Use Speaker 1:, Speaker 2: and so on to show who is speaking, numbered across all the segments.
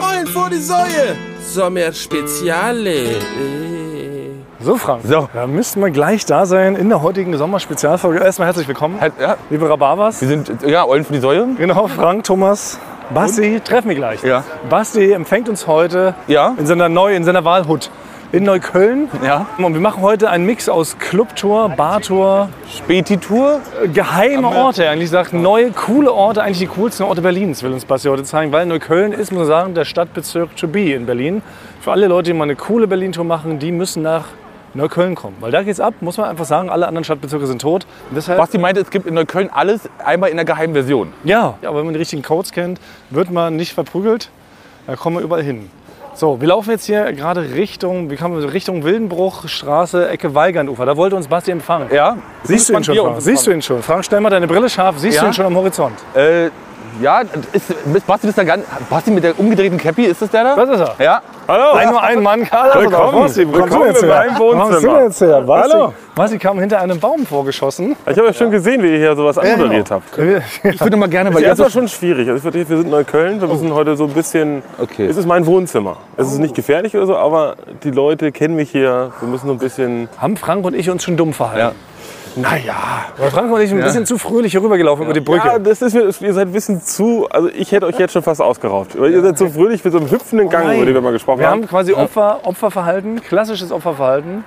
Speaker 1: rein vor die Säue. Sommerspeziale.
Speaker 2: Äh.
Speaker 3: So, Frank.
Speaker 2: So.
Speaker 3: Da müssten wir gleich da sein in der heutigen Sommerspezialfolge. Erstmal herzlich willkommen,
Speaker 2: Halt, ja,
Speaker 3: liebe Rhabarbers.
Speaker 2: wir sind, ja, Eulen für die Säue.
Speaker 3: Genau, Frank, Thomas, Basti, treffen wir gleich.
Speaker 2: Ja.
Speaker 3: Basti empfängt uns heute
Speaker 2: Ja,
Speaker 3: in seiner neu in seiner Wahlhut in Neukölln.
Speaker 2: ja.
Speaker 3: Und wir machen heute einen Mix aus Clubtour, Bartour,
Speaker 2: Spätitour.
Speaker 3: äh, geheime Orte eigentlich, sagt neue, coole Orte, eigentlich die coolsten Orte Berlins, will uns Basti heute zeigen, weil Neukölln ist, muss man sagen, der Stadtbezirk to be in Berlin. Für alle Leute, die mal eine coole Berlin-Tour machen, die müssen nach Neukölln kommen, weil da geht's ab, muss man einfach sagen, alle anderen Stadtbezirke sind tot. Und deshalb,
Speaker 2: Basti meinte, es gibt in Neukölln alles einmal in der geheimen Version.
Speaker 3: ja, aber wenn man die richtigen Codes kennt, wird man nicht verprügelt. Da kommen wir überall hin. So, wir laufen jetzt hier gerade Richtung, wie kann man, Richtung Wildenbruch, Straße, Ecke Weigernufer. Da wollte uns Basti empfangen.
Speaker 2: Ja.
Speaker 3: Siehst du ihn
Speaker 2: Man
Speaker 3: schon,
Speaker 2: Bier
Speaker 3: Frank?
Speaker 2: und-
Speaker 3: Siehst du ihn schon? Frank, stell mal deine Brille scharf. Siehst du
Speaker 2: Ja.
Speaker 3: ihn schon am Horizont?
Speaker 2: Äh, ja, ist, ist Basti, das da ganz, Basti mit der umgedrehten Cappy, ist das der da?
Speaker 3: Das ist er.
Speaker 2: Ja.
Speaker 3: Hallo. Ein nur ein Mann, Also, Karl
Speaker 4: Willkommen. Willkommen in meinem Wohnzimmer.
Speaker 3: Was du jetzt her? Was?
Speaker 4: Hallo.
Speaker 3: Was? Sie kamen hinter einem Baum vorgeschossen.
Speaker 4: Ich habe ja schon gesehen, wie ihr hier sowas anmoderiert
Speaker 3: genau.
Speaker 4: habt.
Speaker 2: Ich würde mal gerne, weil ihr
Speaker 4: Das
Speaker 2: so
Speaker 4: war schon schwierig. Also ich würde, wir sind in Neukölln,
Speaker 3: Oh.
Speaker 4: wir müssen heute so ein bisschen.
Speaker 2: Okay.
Speaker 4: Es ist mein Wohnzimmer. Es ist nicht gefährlich oder so, aber die Leute kennen mich hier. Wir müssen so ein bisschen.
Speaker 3: Haben Frank und ich uns schon dumm verhalten?
Speaker 4: Naja.
Speaker 3: Weil Frank und ich ein bisschen zu fröhlich hier rübergelaufen über die Brücke.
Speaker 4: Ja, das ist mir, ihr seid ein bisschen zu. Also ich hätte euch jetzt schon fast ausgeraubt. Weil ihr seid so fröhlich mit so einem hüpfenden Gang,
Speaker 3: Oh nein.
Speaker 4: über den wir mal gesprochen
Speaker 3: Wir haben
Speaker 4: haben.
Speaker 3: quasi Opfer, Opferverhalten, klassisches Opferverhalten.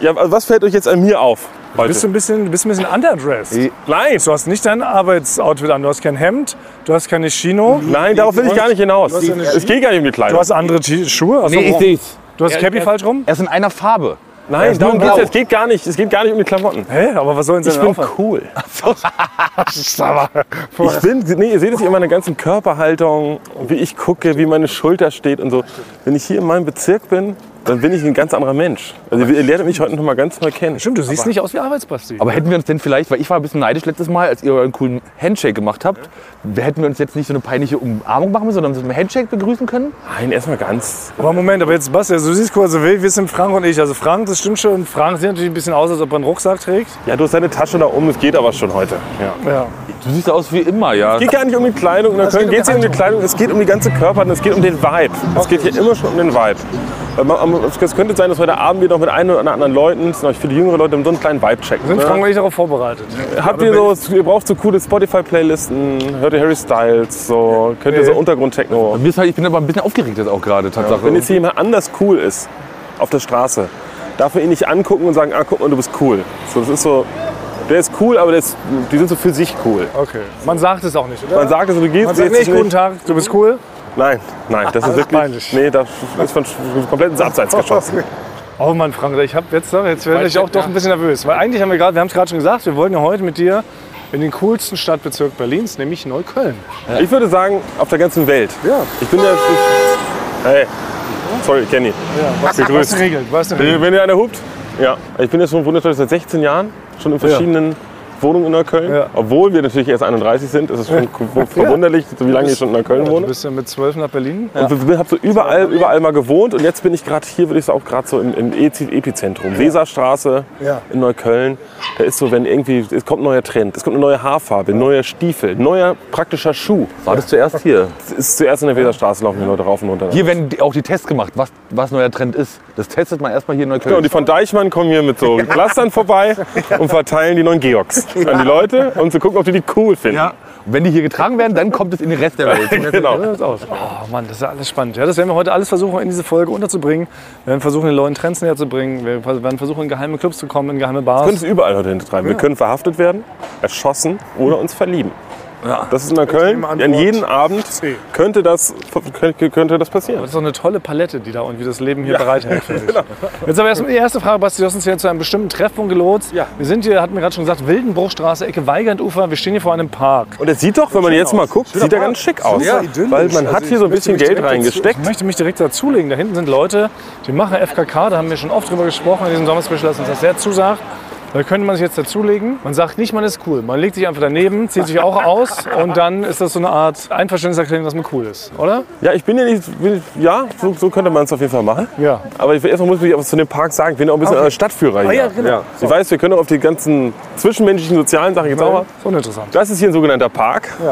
Speaker 4: Ja, also was fällt euch jetzt an mir auf heute?
Speaker 3: Bist du ein bisschen, bist ein bisschen underdressed?
Speaker 4: Nein.
Speaker 3: Du hast nicht dein Arbeitsoutfit an. Du hast kein Hemd, du hast keine Chino,
Speaker 4: Nein, darauf will ich gar nicht hinaus.
Speaker 3: hast ja eine
Speaker 4: Es geht gar nicht um die
Speaker 3: du
Speaker 4: Kleidung.
Speaker 3: hast andere T- Schuhe. Hast du-
Speaker 2: Nee, ich seh's.
Speaker 3: du hast das Cappy falsch rum?
Speaker 2: Er ist in einer Farbe.
Speaker 4: Nein,
Speaker 2: nur
Speaker 4: darum
Speaker 2: blau.
Speaker 4: geht's jetzt. Es geht gar nicht. Es geht gar nicht um die Klamotten.
Speaker 3: Hä? Aber was soll denn sein Aufwand?
Speaker 4: cool. ich bin, nee, ihr seht es hier in meiner ganzen Körperhaltung, wie ich gucke, wie meine Schulter steht und so. Wenn ich hier in meinem Bezirk bin, dann bin ich ein ganz anderer Mensch. Also ihr lernt mich heute noch mal ganz neu kennen.
Speaker 3: Stimmt, du siehst nicht aus wie Arbeitsbasti.
Speaker 2: Aber hätten wir uns denn vielleicht, weil ich war ein bisschen neidisch letztes Mal, als ihr euren coolen Handshake gemacht habt, hätten wir uns jetzt nicht so eine peinliche Umarmung machen müssen, sondern uns mit einem Handshake begrüßen können?
Speaker 4: Nein, erstmal ganz.
Speaker 3: Aber Moment, aber jetzt, Basti, also du siehst quasi wild, wir sind Frank und ich. Also Frank, das stimmt schon. Frank sieht natürlich ein bisschen aus, als ob er einen Rucksack trägt.
Speaker 4: Ja, du hast deine Tasche da oben, es geht aber schon heute. Ja.
Speaker 3: Ja.
Speaker 2: Du siehst aus wie immer, ja.
Speaker 4: Es geht gar nicht um die Kleidung, in Neukölln geht es nicht um die Kleidung, es geht um die ganze Körper, es geht um den Vibe. Es geht hier immer schon um den Vibe. Weil man- Es könnte sein, dass heute Abend wir noch mit ein oder anderen Leuten, es sind noch viele jüngere Leute, so einen kleinen Vibe checken.
Speaker 3: Sind
Speaker 4: ne?
Speaker 3: Frank und ich darauf vorbereitet?
Speaker 4: Habt ihr so, ihr braucht so coole Spotify-Playlisten, hört ihr Harry Styles, so, könnt ihr so Untergrundtechno.
Speaker 2: Mir ist halt, ich bin aber ein bisschen aufgeregt jetzt auch gerade, Tatsache.
Speaker 4: Wenn jetzt hier jemand anders cool ist, auf der Straße, darf man ihn nicht angucken und sagen, ah, guck mal, du bist cool. So, das ist so, der ist cool, aber der ist, die sind so für sich cool.
Speaker 3: Okay. Man sagt es auch nicht, oder?
Speaker 4: Man sagt es, du gehst,
Speaker 3: Man sagt
Speaker 4: jetzt
Speaker 3: nicht, guten Tag, du bist cool.
Speaker 4: Nein, nein, das ist wirklich,
Speaker 3: peinlich.
Speaker 4: nee, das ist von komplett ins Abseits geschossen.
Speaker 3: Oh Mann, Frank, ich hab jetzt, jetzt werde ich auch doch ein bisschen nervös. Weil eigentlich haben wir gerade, wir haben es gerade schon gesagt, wir wollten ja heute mit dir in den coolsten Stadtbezirk Berlins, nämlich Neukölln.
Speaker 4: Ich würde sagen, auf der ganzen Welt.
Speaker 3: Ja.
Speaker 4: Ich bin ja, ich, hey, sorry, Kenny.
Speaker 3: ja was,
Speaker 4: Gegrüßt.
Speaker 3: was regelt? Was regelt?
Speaker 4: Wenn wenn ihr einer hupt? Ja. Ich bin jetzt schon wundervoll seit 16 Jahren, schon in verschiedenen Wohnungen in Neukölln.
Speaker 3: Ja.
Speaker 4: Obwohl wir natürlich erst 31 sind, ist es schon gu- verwunderlich, wie lange ich schon in Neukölln
Speaker 3: Du
Speaker 4: wohne.
Speaker 3: bist ja mit zwölf nach Berlin.
Speaker 4: Und habe so überall, überall mal gewohnt und jetzt bin ich gerade hier, würde ich sagen, auch gerade so im, im Ezi- Epizentrum. Weserstraße
Speaker 3: Ja.
Speaker 4: in Neukölln. Da ist so, wenn irgendwie, es kommt ein neuer Trend, es kommt eine neue Haarfarbe, neue Stiefel, neuer praktischer Schuh.
Speaker 2: War das zuerst hier?
Speaker 4: Es ist zuerst in der Weserstraße laufen die Leute rauf und runter.
Speaker 2: Hier werden die- auch die Tests gemacht, was, was neuer Trend ist. Das testet man erstmal hier in Neukölln.
Speaker 4: Genau, und die von Deichmann kommen hier mit so Clustern vorbei und verteilen die neuen Georgs an die Leute, um zu gucken, ob die die cool finden.
Speaker 2: ja. Und wenn die hier getragen werden, dann kommt es in den Rest der Welt.
Speaker 4: Genau.
Speaker 3: Das aus. Oh Mann, das ist ja alles spannend. Ja, das werden wir heute alles versuchen, in diese Folge unterzubringen. Wir werden versuchen, den neuen Trends näher zu bringen. Wir werden versuchen, in geheime Clubs zu kommen, in geheime
Speaker 4: Wir können
Speaker 3: Bars.
Speaker 4: es überall heute hintertreiben. Wir können verhaftet werden, erschossen oder uns verlieben. Das ist in Neukölln.
Speaker 3: nehme
Speaker 4: An
Speaker 3: Antwort
Speaker 4: jeden Abend könnte das, könnte, könnte das passieren.
Speaker 3: Das ist doch eine tolle Palette, die da irgendwie das Leben hier bereithält. Für dich. Jetzt aber erstmal die erste Frage, Basti. Du hast uns hier zu einem bestimmten Treffpunkt gelotst.
Speaker 4: Ja.
Speaker 3: Wir sind hier, hatten wir gerade schon gesagt, Wildenbruchstraße, Ecke Weigernufer. Wir stehen hier vor einem Park.
Speaker 4: Und es sieht doch, wenn man jetzt mal guckt, sieht er ganz schick aus.
Speaker 1: Super idyllisch.
Speaker 4: Weil man hat
Speaker 1: Also
Speaker 4: hier so ein
Speaker 1: ich möchte
Speaker 4: bisschen
Speaker 1: mich
Speaker 4: Geld
Speaker 1: direkt dazu-
Speaker 3: Ich
Speaker 4: reingesteckt.
Speaker 3: möchte mich direkt dazulegen. Da hinten sind Leute, die machen FKK. Da haben wir schon oft drüber gesprochen in diesem Sommerspecial, dass uns das sehr zusagt. Da könnte man sich jetzt dazulegen. Man sagt nicht, man ist cool. Man legt sich einfach daneben, zieht sich auch aus und dann ist das so eine Art Einverständniserklärung, dass man cool ist, oder?
Speaker 4: Ja, ich bin ja nicht, bin, ja, so, so könnte man es auf jeden Fall machen.
Speaker 3: Ja.
Speaker 4: Aber ich, erstmal muss ich auch zu dem Park sagen, ich bin auch ein bisschen
Speaker 3: Okay.
Speaker 4: äh, Stadtführer hier.
Speaker 3: ja, genau.
Speaker 4: Ich weiß, wir können auch auf die ganzen zwischenmenschlichen, sozialen Sachen jetzt auch mal.
Speaker 3: uninteressant.
Speaker 4: Das ist hier ein sogenannter Park.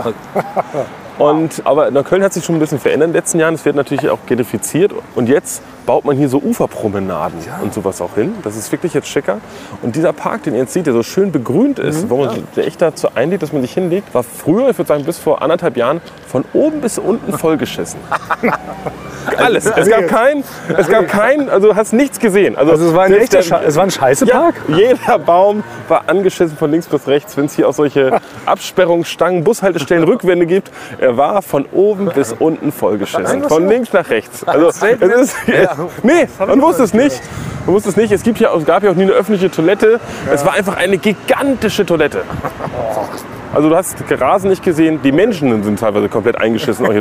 Speaker 4: Und, aber Neukölln hat sich schon ein bisschen verändert in den letzten Jahren. Es wird natürlich auch gentrifiziert. Und jetzt baut man hier so Uferpromenaden und sowas auch hin. Das ist wirklich jetzt schicker. Und dieser Park, den ihr jetzt seht, der so schön begrünt ist,
Speaker 3: Mhm.
Speaker 4: wo man sich echt dazu einlädt, dass man sich hinlegt, war früher, ich würde sagen bis vor anderthalb Jahren, von oben bis unten vollgeschissen. Alles. Es gab kein, es gab kein, also du hast nichts gesehen.
Speaker 3: Also es war ein
Speaker 4: selbst
Speaker 3: echter
Speaker 4: der-
Speaker 3: Sche es war ein scheiße
Speaker 4: ja,
Speaker 3: Park.
Speaker 4: jeder Baum war angeschissen von links bis rechts, wenn es hier auch solche Absperrungsstangen, Bushaltestellen, Rückwände gibt. Er war von oben bis unten vollgeschissen. Von links nach rechts. Also es ist, nee, man wusste es nicht. Man wusste es nicht. Es gibt hier, auch- gab ja auch nie eine öffentliche Toilette. Es war einfach eine gigantische Toilette. Also du hast Rasen nicht gesehen. Die Menschen sind teilweise komplett eingeschissen auch hier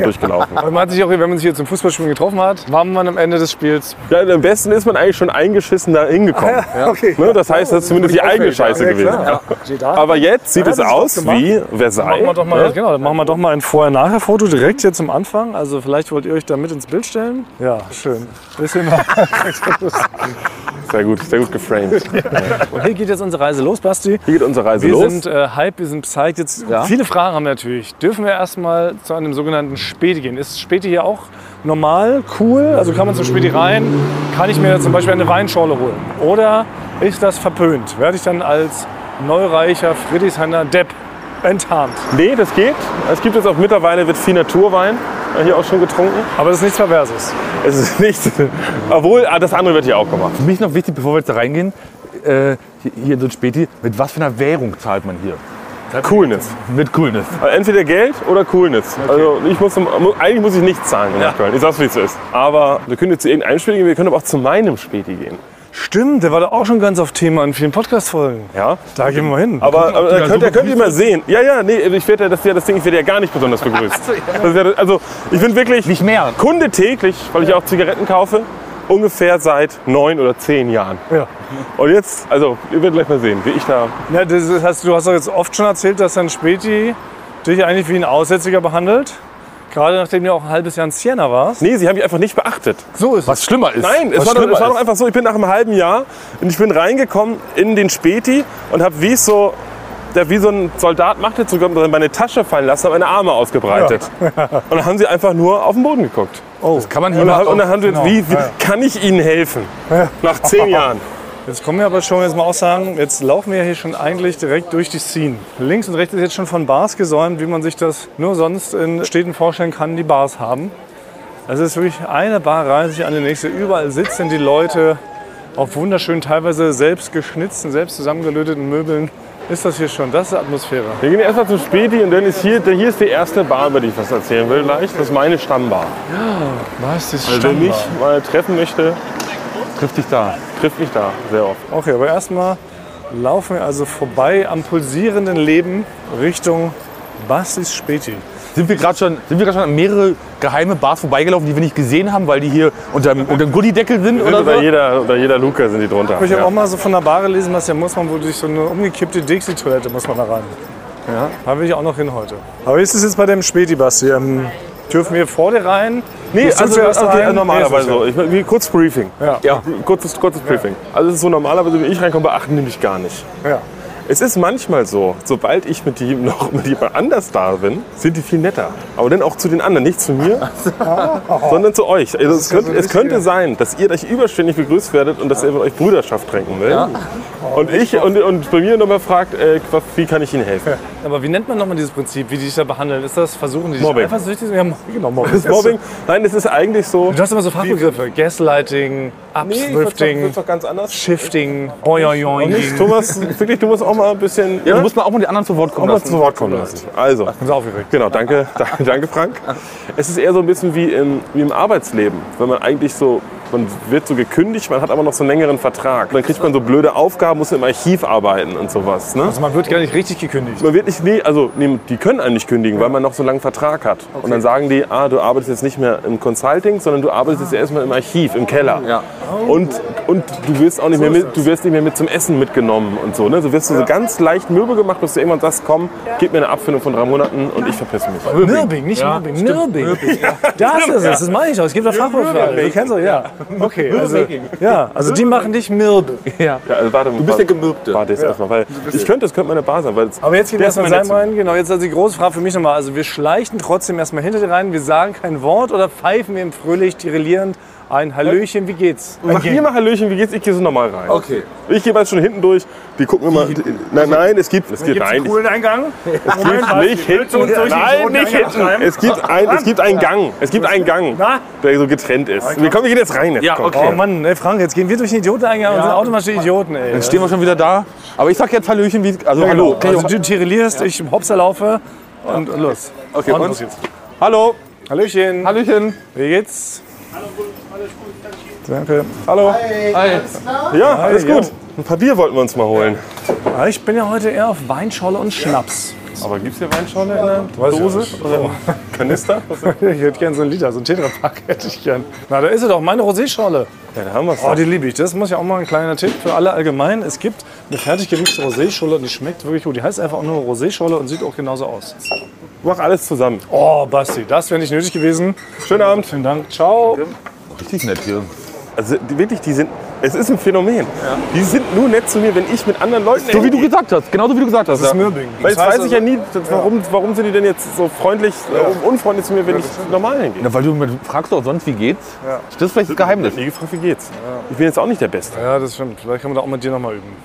Speaker 4: durchgelaufen.
Speaker 3: Aber Man hat sich auch, wenn man sich hier zum Fußballspielen getroffen hat, war man am Ende des Spiels
Speaker 4: Ja, am besten ist man eigentlich schon eingeschissen da hingekommen.
Speaker 3: Ah okay.
Speaker 4: Ne, das heißt, das ist zumindest die eigene Scheiße
Speaker 3: Ja,
Speaker 4: gewesen.
Speaker 3: klar.
Speaker 4: Aber jetzt sieht
Speaker 3: Ja,
Speaker 4: es
Speaker 3: das ist was
Speaker 4: aus
Speaker 3: gemacht.
Speaker 4: wie Versailles.
Speaker 3: Machen wir doch mal,
Speaker 4: ne?
Speaker 3: genau, dann machen wir doch mal ein Vorher-Nachher-Foto direkt jetzt am Anfang. Also vielleicht wollt ihr euch da mit ins Bild stellen. Ja, schön. Bisschen
Speaker 4: Sehr gut, sehr gut geframed. Hier
Speaker 3: Und hier geht jetzt unsere Reise los, Basti.
Speaker 4: geht unsere Reise
Speaker 3: Wir
Speaker 4: los.
Speaker 3: sind äh, hype, wir sind psyched. Jetzt viele Fragen haben wir natürlich. Dürfen wir erstmal zu einem sogenannten Späti gehen? Ist Späti hier auch normal, cool? Also kann man zum Späti rein? Kann ich mir zum Beispiel eine Weinschorle holen? Oder ist das verpönt? Werde ich dann als neureicher Friedrichshainer Depp enttarnt?
Speaker 4: nee, das geht. Es gibt jetzt auch mittlerweile wird viel Naturwein äh, hier auch schon getrunken.
Speaker 3: Aber das ist nichts Perverses.
Speaker 4: Es ist nichts. Obwohl, ah, das andere wird hier auch gemacht.
Speaker 2: Für mich noch wichtig, bevor wir jetzt da reingehen, äh, hier, hier in so ein Späti, mit was für einer Währung zahlt man hier?
Speaker 4: Coolness.
Speaker 2: Mit Coolness.
Speaker 4: Also entweder Geld oder Coolness. Also ich muss, mu- eigentlich muss ich nichts zahlen in Köln. Ich sag's, wie es ist. Aber wir können jetzt zu irgendeinem Späti gehen, wir können aber auch zu meinem Späti gehen.
Speaker 3: Stimmt, der war da auch schon ganz auf Thema in vielen Podcast-Folgen.
Speaker 4: Ja?
Speaker 3: Da gehen wir hin.
Speaker 4: Aber, aber da
Speaker 2: da
Speaker 4: könnt,
Speaker 2: so
Speaker 4: ihr- könnt ihr mal sehen. Ja, ja, nee, ich werd ja, das, ist ja, das Ding, ich werde ja gar nicht besonders begrüßt. Das ist ja, also ich bin wirklich
Speaker 2: Nicht mehr.
Speaker 4: Kunde täglich, weil ich auch Zigaretten kaufe, ungefähr seit neun oder zehn Jahren.
Speaker 3: Ja.
Speaker 4: Und jetzt, also ihr werdet gleich mal sehen, wie ich da.
Speaker 3: Ja, das ist- hast, du hast doch jetzt oft schon erzählt, dass dann Späti dich eigentlich wie ein Aussätziger behandelt. Gerade nachdem du auch ein halbes Jahr in Siena warst.
Speaker 4: Nee, sie haben mich einfach nicht beachtet.
Speaker 3: So ist
Speaker 2: Was schlimmer ist.
Speaker 4: Nein, es
Speaker 2: was
Speaker 4: war, doch, es
Speaker 2: schlimmer
Speaker 4: war doch
Speaker 2: ist.
Speaker 4: einfach so, ich bin nach einem halben Jahr und ich bin reingekommen in den Späti und habe wie es so der wie so ein Soldat macht jetzt sogar meine Tasche fallen lassen, habe meine Arme ausgebreitet. Und dann haben sie einfach nur auf den Boden geguckt.
Speaker 2: Das kann man hier
Speaker 4: Und dann,
Speaker 2: machen.
Speaker 4: und dann haben wir jetzt, wie, wie kann ich Ihnen helfen? Nach zehn Jahren.
Speaker 3: Jetzt kommen wir aber schon, jetzt mal auch sagen, jetzt laufen wir hier schon eigentlich direkt durch die Scene. Links und rechts ist jetzt schon von Bars gesäumt, wie man sich das nur sonst in Städten vorstellen kann, die Bars haben. Also es ist wirklich eine Barreise sich an die nächste. Überall sitzen die Leute auf wunderschönen, teilweise selbst geschnitzten, selbst zusammengelöteten Möbeln. Ist das hier schon? Das ist Atmosphäre.
Speaker 4: Wir gehen erstmal zum Späti und dann ist hier, denn hier ist die erste Bar, über die ich was erzählen will gleich. Das ist meine Stammbar.
Speaker 3: Was ist
Speaker 4: Also wer mich mal treffen möchte,
Speaker 2: trifft dich da.
Speaker 4: trifft mich da sehr oft.
Speaker 3: Okay, aber erstmal laufen wir also vorbei am pulsierenden Leben Richtung Bastis Späti.
Speaker 2: Sind wir gerade schon, sind wir grad schon an mehrere geheime Bars vorbeigelaufen, die wir nicht gesehen haben, weil die hier unter dem Goodie-Deckel sind
Speaker 4: Sind
Speaker 2: oder
Speaker 4: unter,
Speaker 2: so?
Speaker 4: Also jeder, unter jeder Luke sind die drunter.
Speaker 3: Hab ich
Speaker 4: Ja.
Speaker 3: habe auch mal so von der Bar gelesen, was ja muss man wohl durch so eine umgekippte Dixie-Toilette muss man da ran. Ja. Da will ich auch noch hin heute. Aber wie ist es jetzt bei dem Späti, Basti? Ähm, dürfen wir vor dir rein?
Speaker 4: Nee,
Speaker 3: Musst du
Speaker 4: also
Speaker 3: zuerst
Speaker 4: okay,
Speaker 3: rein?
Speaker 4: normalerweise
Speaker 3: Nee,
Speaker 4: so. Ich, mein, wie, kurz Briefing.
Speaker 3: Ja.
Speaker 4: Kurzes, kurzes Briefing. Also es ist so normalerweise, wenn ich reinkomme, beachten die mich gar nicht.
Speaker 3: Ja.
Speaker 4: Es ist manchmal so, sobald ich mit ihm noch mit jemand anders da bin, sind die viel netter. Aber dann auch zu den anderen, nicht zu mir, sondern zu euch. Also es, könnte, es könnte sein, dass ihr euch überständig begrüßt werdet und dass er mit euch Brüderschaft trinken will. Und ich und, und bei mir nochmal fragt, äh, was- wie kann ich Ihnen helfen?
Speaker 3: Aber wie nennt man nochmal dieses Prinzip, wie die dich da behandeln? Ist das, versuchen die dich
Speaker 4: Mobbing.
Speaker 3: eifersüchtig zu Ja, genau, Mobbing.
Speaker 4: Das Mobbing? Nein, es ist eigentlich so.
Speaker 3: Du hast immer so Fachbegriffe. Gaslighting, Upswifting,
Speaker 4: doch ganz anders.
Speaker 3: Shifting,
Speaker 4: Und
Speaker 3: Boyoyoing.
Speaker 4: nicht, Thomas, wirklich, du musst auch mal ein bisschen.
Speaker 2: Ja, du musst mal auch mal die anderen zu Wort
Speaker 4: auch
Speaker 2: kommen
Speaker 4: mal
Speaker 2: lassen.
Speaker 4: zu Wort kommen lassen. Also.
Speaker 3: Ich bin so aufgeregt.
Speaker 4: Genau, danke, da- danke Frank. Es ist eher so ein bisschen wie im, wie im Arbeitsleben, wenn man eigentlich so, man wird so gekündigt, man hat aber noch so einen längeren Vertrag. Dann kriegt man so blöde Aufgaben, muss im Archiv arbeiten und sowas. Ne?
Speaker 3: Also man wird gar nicht richtig gekündigt.
Speaker 4: Man wird nicht, nee, also nee, die können einen nicht kündigen, weil man noch so einen langen Vertrag hat. Und dann sagen die, ah, du arbeitest jetzt nicht mehr im Consulting, sondern du arbeitest jetzt erstmal im Archiv, im Keller.
Speaker 2: Ja.
Speaker 4: Und, und du wirst auch nicht mehr mit, du wirst nicht mehr mit zum Essen mitgenommen und so. Ne? Du wirst so ganz leicht mürbe gemacht, bis du irgendwann sagst, komm, gib mir eine Abfindung von drei Monaten und ich verpiss mich.
Speaker 3: Mürbing, nicht Mürbing. Mürbing. Das ist es, das meine ich doch. Es gibt da Fachbegriffe. Du kennst doch, ja. Okay, also, ja, also die machen dich mürbe.
Speaker 4: Ja, also warte,
Speaker 5: Du bist der Gemürbte.
Speaker 4: Warte jetzt erstmal, weil ich könnte, es könnte meine Bar sein, weil es-
Speaker 3: Aber jetzt gehen wir
Speaker 4: Der ist
Speaker 3: erstmal
Speaker 4: mein
Speaker 3: sein rein. Genau, jetzt also die große Frage für mich nochmal. Also wir schleichen trotzdem erstmal hinter dir rein, wir sagen kein Wort oder pfeifen wir ihm fröhlich, tirillierend ein Hallöchen, wie geht's?
Speaker 4: Mach hier mal Hallöchen, wie geht's? Ich gehe so normal rein.
Speaker 5: Okay.
Speaker 4: Ich gehe mal schon hinten durch. Die gucken immer. Nein, nein, es gibt. Es gibt
Speaker 3: Gibt's
Speaker 4: nein,
Speaker 3: einen coolen Eingang?
Speaker 4: es gibt nicht hinten.
Speaker 3: uns durch den
Speaker 4: Nein,
Speaker 3: roten
Speaker 4: nicht
Speaker 3: Eingang
Speaker 4: hinten.
Speaker 3: schreiben?
Speaker 4: Es gibt, ein, es gibt einen Gang. Es gibt einen Gang,
Speaker 3: Na?
Speaker 4: der so getrennt ist. Wir kommen hier jetzt rein. Jetzt.
Speaker 5: Ja,
Speaker 4: Komm.
Speaker 5: okay.
Speaker 3: Oh Mann, ey Frank, jetzt gehen wir durch den Idioteneingang und sind automatisch Idioten, ey.
Speaker 2: Dann stehen wir schon wieder da. Aber ich sag jetzt Hallöchen, wie. Also, hallo. Kann ich
Speaker 3: Also du tirillierst, ich hopser laufe und los.
Speaker 2: auch- okay, und? Hallo.
Speaker 3: Hallöchen.
Speaker 2: Hallöchen.
Speaker 3: Wie geht's?
Speaker 2: Hi.
Speaker 4: Ja, alles gut. Ein paar Bier wollten wir uns mal holen.
Speaker 3: Ah, Ich bin ja heute eher auf Weinschorle und Schnaps.
Speaker 4: Aber gibt's hier Weinschorle in der
Speaker 3: Weiß ich
Speaker 4: Dose?
Speaker 3: nicht.
Speaker 4: Oder im Kanister? Was ist-
Speaker 3: Ich hätte gern so einen Liter, so einen Tetrapack hätte ich gern. Na, da ist sie doch, meine Roséschorle.
Speaker 4: Ja, da haben wir's.
Speaker 3: Oh, die liebe ich. Das muss ja auch mal ein kleiner Tipp für alle allgemein. Es gibt eine fertig gemischte Roséschorle und die schmeckt wirklich gut. Die heißt einfach auch nur Roséschorle und sieht auch genauso aus.
Speaker 4: Mach alles zusammen.
Speaker 3: Oh, Basti, das wäre nicht nötig gewesen.
Speaker 4: Schönen Abend.
Speaker 3: Vielen Dank. Ciao.
Speaker 2: Richtig nett hier.
Speaker 4: Also die- wirklich, die sind. Es ist ein Phänomen. Die sind nur nett zu mir, wenn ich mit anderen Leuten.
Speaker 2: So wie du gesagt hast. Genauso wie du gesagt hast. Ja.
Speaker 3: Mürbing.
Speaker 4: Weil jetzt weiß ich ja nie, das- warum, warum sind die denn jetzt so freundlich, äh, unfreundlich zu mir, wenn ich normal hingehe.
Speaker 2: Na, weil du mit- fragst auch sonst, wie geht's? Das ist vielleicht das Geheimnis.
Speaker 4: Nie gefragt, wie geht's. Ich bin jetzt auch nicht der Beste.
Speaker 3: Ja, das stimmt. Vielleicht kann man da auch mit dir nochmal üben.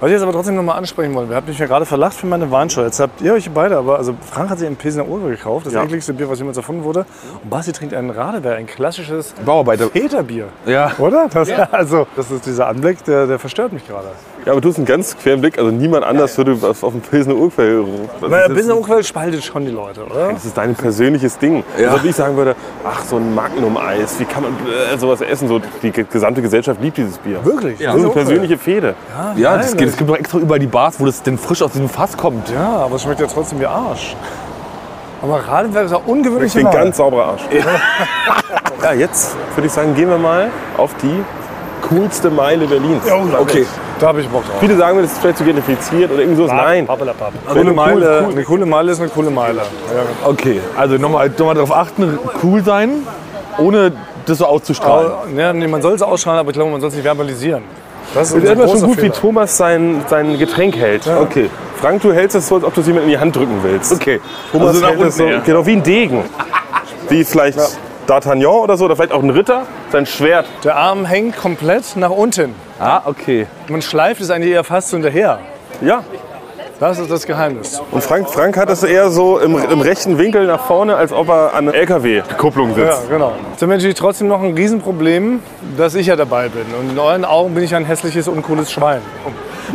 Speaker 3: Was ich jetzt aber trotzdem nochmal ansprechen wollen, wir habt mich ja gerade verlacht für meine Warnschau. Jetzt habt ihr euch beide, aber also Frank hat sich einen Pilsner Urwe gekauft, das
Speaker 4: Ja.
Speaker 3: ekligste Bier, was jemals erfunden wurde. Und Basti trinkt einen Radebeer, ein klassisches
Speaker 2: Bauarbeiter.
Speaker 3: Peterbier.
Speaker 2: Ja.
Speaker 3: Oder? Das, Also, das ist dieser Anblick, der, der verstört mich gerade.
Speaker 4: Ja, aber du hast einen ganz queren Blick. Also niemand anders würde was auf dem Pilsner Urquell. Das,
Speaker 3: Naja,
Speaker 4: ist-
Speaker 3: Pilsner Urquell spaltet schon die Leute, oder?
Speaker 4: das ist dein persönliches Ding. Also wenn ich sagen würde, ach so ein Magnum-Eis, wie kann man äh, sowas essen? So, die gesamte Gesellschaft liebt dieses Bier.
Speaker 3: Wirklich?
Speaker 4: Das ist eine
Speaker 3: Urquell.
Speaker 4: persönliche Fehde.
Speaker 2: Ja,
Speaker 3: Nein,
Speaker 2: das
Speaker 3: das-
Speaker 2: geht. Es gibt doch extra überall die Bars, wo das denn frisch aus diesem Fass kommt.
Speaker 3: Ja, aber es schmeckt ja trotzdem wie Arsch. Aber Radebeer ist auch ungewöhnlich.
Speaker 4: Ich bin ganz sauberer Arsch. ja, jetzt würde ich sagen, gehen wir mal auf die coolste Meile Berlins.
Speaker 5: Okay.
Speaker 3: Da habe ich Bock drauf.
Speaker 4: Viele sagen mir, das ist vielleicht zu gentrifiziert oder irgend sowas. Nein.
Speaker 3: Pappelapapp. Also
Speaker 4: Wenn
Speaker 3: Coole
Speaker 4: du
Speaker 3: Meile,
Speaker 4: cool- cool-
Speaker 3: Eine coole Meile ist eine coole Meile.
Speaker 2: Okay, also nochmal nochmal darauf achten, cool sein, ohne das so auszustrahlen.
Speaker 3: Aber, ja, nee, man soll es ausstrahlen, aber ich glaube, man soll es nicht verbalisieren. Das ist
Speaker 4: Das ist
Speaker 3: unser
Speaker 4: etwas schon
Speaker 3: großer
Speaker 4: gut, wie
Speaker 3: Fehler.
Speaker 4: Thomas sein, sein Getränk hält.
Speaker 2: Okay.
Speaker 4: Frank, du hältst es so, als ob du es jemand in die Hand drücken willst.
Speaker 2: Okay.
Speaker 4: Thomas
Speaker 2: Also nach
Speaker 4: hält es so,
Speaker 2: unten eher.
Speaker 4: genau wie ein Degen. Wie vielleicht D'Artagnan oder so, oder vielleicht auch ein Ritter, sein Schwert.
Speaker 3: Der Arm hängt komplett nach unten.
Speaker 2: Ah, okay.
Speaker 3: Man schleift es eigentlich eher fast so hinterher.
Speaker 4: Ja.
Speaker 3: Das ist das Geheimnis.
Speaker 4: Und Frank, Frank hat es eher so im, im rechten Winkel nach vorne, als ob er an einer LKW-Kupplung sitzt.
Speaker 3: Ja, genau. Jetzt haben wir natürlich trotzdem noch ein Riesenproblem, dass ich ja dabei bin. Und in euren Augen bin ich ein hässliches, uncooles Schwein.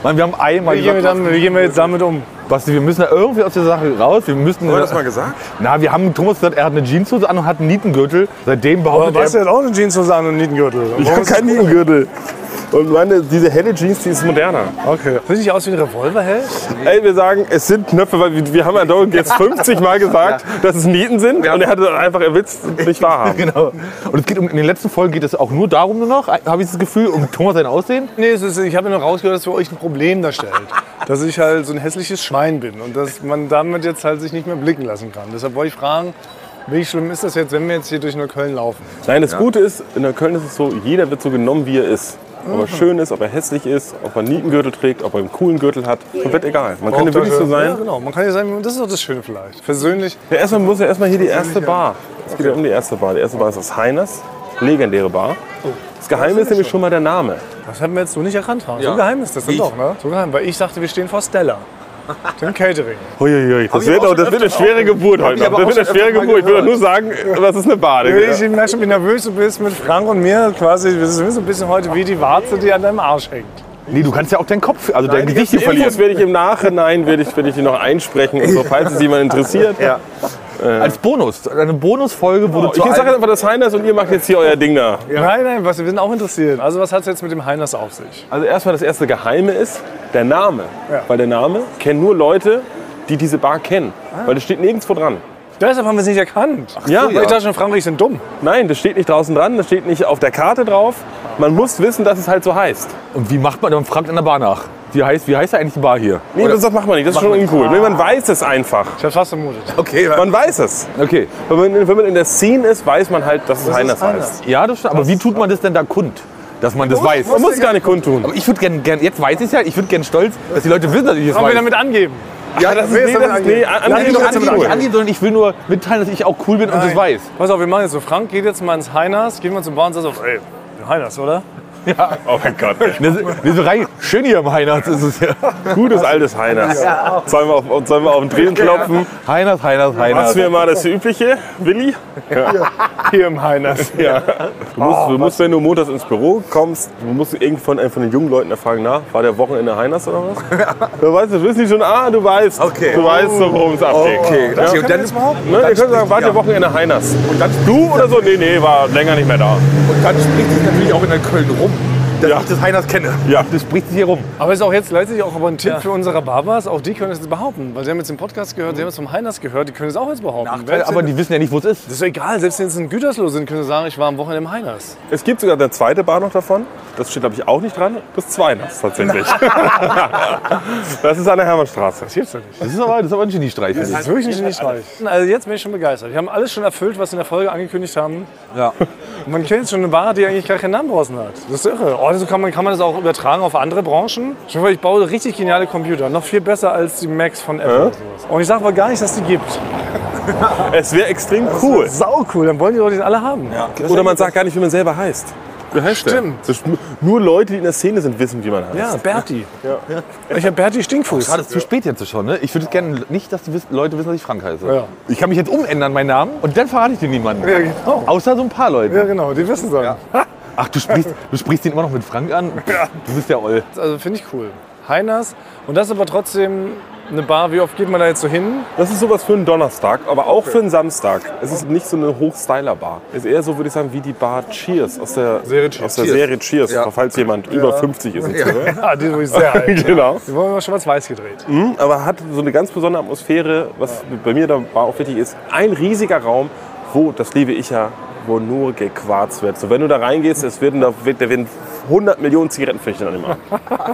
Speaker 2: Mann, wir haben einmal
Speaker 3: Wie gehen wir,
Speaker 2: gesagt,
Speaker 3: damit, wie gehen wir jetzt damit um?
Speaker 2: Basti, wir müssen da irgendwie aus der Sache raus. Wir müssen.
Speaker 5: Haben wir das mal gesagt?
Speaker 2: Na, wir haben Thomas gesagt, er hat eine Jeanshose an und hat einen Nietengürtel. Seitdem
Speaker 3: Aber
Speaker 2: behauptet
Speaker 3: Basti
Speaker 2: er.
Speaker 3: hat auch eine Jeanshose an und einen Nietengürtel.
Speaker 4: Ich habe keinen Nietengürtel. Und meine, diese helle Jeans, die ist moderner.
Speaker 3: Okay. Sieht nicht aus wie ein Revolverheld?
Speaker 4: Ey, wir sagen, es sind Knöpfe, weil wir, wir haben ja Doug jetzt 50 Mal gesagt, dass es Nieten sind. Und er hat das einfach erwitzt und nicht wahrhaben.
Speaker 2: Genau. Und es geht um, in den letzten Folgen geht es auch nur darum nur noch, habe ich das Gefühl, um Thomas sein Aussehen.
Speaker 3: Nee, es ist, ich habe nur rausgehört, dass für euch ein Problem darstellt. dass ich halt so ein hässliches Schwein bin und dass man damit jetzt halt sich nicht mehr blicken lassen kann. Deshalb wollte ich fragen, wie schlimm ist das jetzt, wenn wir jetzt hier durch Neukölln laufen?
Speaker 4: Nein, das Gute ist, in Neukölln ist es so, jeder wird so genommen, wie er ist. Ob er schön ist, ob er hässlich ist, ob er einen Nietengürtel trägt, ob er einen coolen Gürtel hat. Komplett egal. Man kann ja wirklich so
Speaker 3: Ja,
Speaker 4: sein.
Speaker 3: genau. Man kann ja sein, das ist doch das Schöne vielleicht. Persönlich,
Speaker 4: Ja, erstmal muss ja erstmal hier die erste Bar. Es geht ja um die erste Bar. Die erste Bar ist das Heiners, legendäre Bar. Oh. Das Geheime ist nämlich schon mal der Name.
Speaker 3: das haben wir jetzt so nicht erkannt. Haben.
Speaker 5: Ja.
Speaker 3: So geheim ist das dann
Speaker 5: Ich-
Speaker 3: doch, ne? So geheim, weil ich dachte, wir stehen vor Stella. Dem Catering.
Speaker 4: Huiuiui, das
Speaker 5: ich
Speaker 4: wird,
Speaker 5: aber
Speaker 4: auch,
Speaker 5: auch
Speaker 4: das
Speaker 5: schon
Speaker 4: wird eine schwere Geburt heute.
Speaker 5: aber
Speaker 4: Abend. Das
Speaker 5: auch
Speaker 4: wird eine
Speaker 5: schon
Speaker 4: schwere
Speaker 5: öfter mal
Speaker 4: Geburt. Ich will doch nur sagen, was ist eine Bade?
Speaker 3: Ich merke schon, wie nervös du bist mit Frank und mir quasi. Wir sind so ein bisschen heute wie die Warze, die an deinem Arsch hängt.
Speaker 2: Nee, du kannst ja auch deinen Kopf, also dein
Speaker 4: Die
Speaker 2: Gesicht hier
Speaker 4: ganzen
Speaker 2: verlieren.
Speaker 4: Infos werde ich im Nachhinein werde ich, werde ich die noch einsprechen und so, falls es jemand interessiert. Ja.
Speaker 2: Als Bonus. Eine Bonusfolge, wo du
Speaker 4: Ich
Speaker 2: zu
Speaker 4: sage
Speaker 2: allem-
Speaker 4: jetzt einfach das Heiners und ihr macht jetzt hier euer Ding da.
Speaker 3: Nein, nein, was, wir sind auch interessiert. Also was hat es jetzt mit dem Heiners auf sich?
Speaker 4: Also erstmal das erste Geheime ist der Name.
Speaker 3: Ja.
Speaker 4: Weil der Name kennen nur Leute, die diese Bar kennen. Weil das steht nirgendwo dran.
Speaker 3: Deshalb haben wir es nicht erkannt.
Speaker 4: Ja,
Speaker 3: Weil Ich dachte schon, Frankreich sind dumm.
Speaker 4: Nein, das steht nicht draußen dran, das steht nicht auf der Karte drauf. Man muss wissen, dass es halt so heißt.
Speaker 2: Und wie macht man? Man fragt an der Bar nach. Die heißt, wie heißt eigentlich die Bar hier?
Speaker 4: Nee, das, das macht man nicht. Das ist schon uncool. Nee, man weiß es einfach.
Speaker 3: Ich hab's fast vermutet.
Speaker 2: Okay,
Speaker 4: Man weiß es.
Speaker 2: okay.
Speaker 4: Wenn man, wenn man in der Szene ist, weiß man halt, dass es Heiners heißt.
Speaker 2: Ja, das stimmt. Aber wie tut man das denn da kund, dass man das weiß?
Speaker 4: Man muss es gar nicht kundtun.
Speaker 2: Aber ich würde gerne, gern, jetzt weiß ich ja, ich würde gerne stolz, dass die Leute wissen, dass ich das
Speaker 3: Sollen wir
Speaker 2: weiß.
Speaker 3: damit angeben?
Speaker 4: Ja, das ist, nee, das ist, nee, an,
Speaker 2: Nein,
Speaker 4: an,
Speaker 2: nicht
Speaker 4: an,
Speaker 2: angeben, nicht angeben, sondern ich will nur mitteilen, dass ich auch cool bin und das weiß.
Speaker 3: Pass auf, wir machen jetzt so. Frank geht jetzt mal ins Heiners, gehen wir zum Bar und sagt so, ey, Heiners, oder?
Speaker 4: Oh mein Gott.
Speaker 2: Das, wir so rein, schön hier im Heiners ist es ja.
Speaker 4: Gutes altes Heiners. Sollen wir auf, sollen wir auf den Drehen klopfen?
Speaker 2: Heiners, Heiners,
Speaker 4: Machst
Speaker 2: Heiners.
Speaker 4: du mir mal das Übliche, Willi?
Speaker 3: Hier im Heiners.
Speaker 4: Du musst, du musst wenn du montags ins Büro kommst, du musst irgend von, äh, von den jungen Leuten erfahren, na, war der Wochenende Heiners oder was? du weißt, das wissen die schon, ah, du weißt.
Speaker 5: Okay.
Speaker 4: Du weißt, so, worum es abgeht.
Speaker 5: Okay, das hier. Und dann,
Speaker 4: Ne, ihr könnt sagen, war der Wochenende Heiners. Und dann du oder so? Nee, nee, war länger nicht mehr da.
Speaker 5: und dann spricht sich natürlich auch in der Köln rum, dass ich das Heiners kenne.
Speaker 4: Ja.
Speaker 2: Das spricht sich hier rum.
Speaker 3: Aber ist auch jetzt letztlich auch aber ein Tipp für unsere Barbers. Auch die können es jetzt behaupten. Weil sie haben jetzt den Podcast gehört, sie haben es vom Heiners gehört, die können es auch jetzt behaupten. Wer-
Speaker 2: Aber die wissen ja nicht, wo es ist.
Speaker 3: das ist egal, selbst wenn sie in Gütersloh sind, können sie sagen, ich war am Wochenende im Heiners.
Speaker 4: Es gibt sogar eine zweite Bar noch davon. Das steht, glaube ich, auch nicht dran. Das Zweiners tatsächlich. das ist an der Hermannstraße.
Speaker 3: Das gibt's doch nicht.
Speaker 2: Das ist aber, das ist aber ein Geniestreich. finde ich.
Speaker 3: Das ist wirklich nicht geniestreich. Also jetzt bin ich schon begeistert. Wir haben alles schon erfüllt, was wir in der Folge angekündigt haben.
Speaker 2: Ja.
Speaker 3: Und man kennt jetzt schon eine Bar, die eigentlich gar keinen Namen draußen hat. Das ist irre. Oh, so kann man, kann man das auch übertragen auf andere Branchen. Ich hoffe, ich baue richtig geniale Computer. Noch viel besser als die Macs von Apple. und sowas. Und ich sage aber gar nicht, dass die gibt.
Speaker 4: Es wäre extrem cool.
Speaker 3: Sau cool, dann wollen die Leute den alle haben.
Speaker 4: Oder man sagt gar nicht, wie man selber heißt. Wie heißt der?
Speaker 3: Stimmt.
Speaker 4: Das ist nur- nur Leute, die in der Szene sind, wissen, wie man heißt.
Speaker 3: Ja, Berti. Ich habe Berti Stinkfuß.
Speaker 2: Gerade ist zu spät jetzt schon, ne? Ich würde gerne nicht, dass die wissen, Leute wissen, dass ich Frank heiße.
Speaker 3: Ja.
Speaker 2: Ich kann mich jetzt umändern, meinen Namen, und dann verrate ich dir niemanden.
Speaker 3: Ja, genau.
Speaker 2: Außer so ein paar Leute.
Speaker 3: Ja, genau, die wissen es ja.
Speaker 2: Ach, du sprichst, du sprichst ihn immer noch mit Frank an? Du bist ja Oll.
Speaker 3: Also finde ich cool. Heiners. Und das ist aber trotzdem eine Bar. Wie oft geht man da jetzt so hin?
Speaker 4: Das ist sowas für einen Donnerstag, aber auch für einen Samstag. Es ist nicht so eine Hochstyler-Bar. Es ist eher so, würde ich sagen, wie die Bar Cheers aus der Serie Cheers, aus der Serie Cheers falls jemand über 50 ist. inzwischen.
Speaker 3: Ja, Ah, die ist sehr alt.
Speaker 4: genau.
Speaker 3: Die wurden immer schwarz-weiß gedreht.
Speaker 4: Mhm, Aber hat so eine ganz besondere Atmosphäre, was bei mir da war auch wichtig ist. Ein riesiger Raum, wo, das liebe ich ja, wo nur gequarzt wird. So, wenn du da reingehst, es werden, da, wird- da werden 100 Millionen Zigarettenflächen an dem Arm.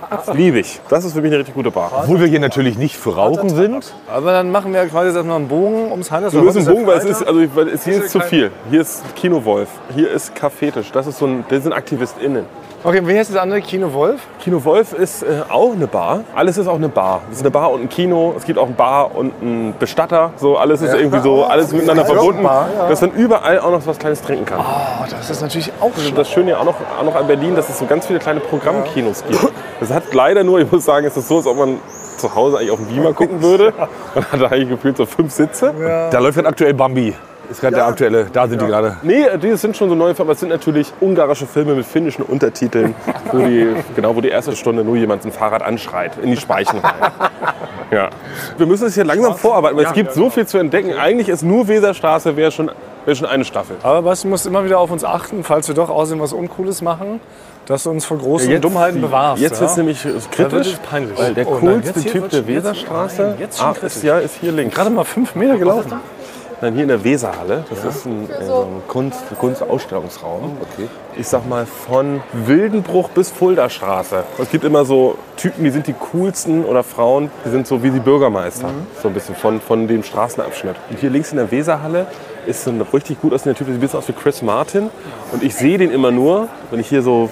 Speaker 4: Das liebe ich. Das ist für mich eine richtig gute Bar.
Speaker 2: Obwohl wir hier natürlich nicht für Rauchen sind.
Speaker 3: Aber Also dann machen wir quasi jetzt erstmal einen Bogen ums Heiners.
Speaker 4: Wir
Speaker 3: Weil heute
Speaker 4: müssen
Speaker 3: der
Speaker 4: Bogen, weil es
Speaker 3: Freitag.
Speaker 4: ist, also ich- weil es, hier
Speaker 3: Ist
Speaker 4: ist
Speaker 3: ja
Speaker 4: zu viel. Hier ist Kino Wolf, hier ist Kaffeetisch. Das ist so ein, das sind AktivistInnen.
Speaker 3: Okay, wie heißt das andere? Kino Wolf?
Speaker 4: Kino Wolf ist äh, auch eine Bar. Alles ist auch eine Bar. Es ist eine Bar und ein Kino. Es gibt auch ein Bar und einen Bestatter. So alles ist irgendwie so, alles miteinander verbunden. Dass man überall auch noch was Kleines trinken kann.
Speaker 3: Oh, das ist natürlich auch
Speaker 4: Das ist Das Schöne ja auch noch, auch noch an Berlin, dass es so ganz viele kleine Programmkinos gibt. Das hat leider nur, ich muss sagen, es ist so, als ob man zu Hause eigentlich auf den Beamer gucken würde. Man hat eigentlich gefühlt so fünf Sitze.
Speaker 2: Da läuft gerade aktuell Bambi. Ist gerade der aktuelle. Da sind die gerade.
Speaker 4: Nee, die sind schon so neue Filme, aber es sind natürlich ungarische Filme mit finnischen Untertiteln, wo die, genau, wo die erste Stunde nur jemand ein Fahrrad anschreit, in die Speichen rein. Ja. Wir müssen es hier langsam vorarbeiten, weil es gibt
Speaker 3: genau.
Speaker 4: so viel zu entdecken. Eigentlich ist nur Weserstraße wäre schon, wäre schon eine Staffel.
Speaker 3: Aber Basti muss immer wieder auf uns achten, falls wir doch außerdem was Uncooles machen, dass du uns vor großen
Speaker 4: Jetzt-
Speaker 3: Dummheiten bewahrst.
Speaker 4: Jetzt
Speaker 3: ja?
Speaker 4: wird es nämlich äh,
Speaker 3: Da wird
Speaker 4: kritisch.
Speaker 3: es peinlich.
Speaker 4: Weil der
Speaker 3: Oh nein,
Speaker 4: coolste
Speaker 3: jetzt hier
Speaker 4: Typ
Speaker 3: wird
Speaker 4: der
Speaker 3: schon- jetzt-
Speaker 4: Weserstraße
Speaker 3: nein, jetzt schon
Speaker 4: ah,
Speaker 3: kritisch.
Speaker 4: ist, ja, ist hier links.
Speaker 3: Gerade mal fünf Meter gelaufen.
Speaker 4: Nein, hier in der Weserhalle. Das ist ein, äh, so ein Kunst, ein Kunstausstellungsraum. Ich sag mal von Wildenbruch bis Fuldastraße. Es gibt immer so Typen, die sind die coolsten oder Frauen, die sind so wie die Bürgermeister. So ein bisschen von, von dem Straßenabschnitt. Und hier links in der Weserhalle ist so ein richtig gut aussehender Typ, der sieht ein bisschen aus wie Chris Martin. Und ich sehe den immer nur, wenn ich hier so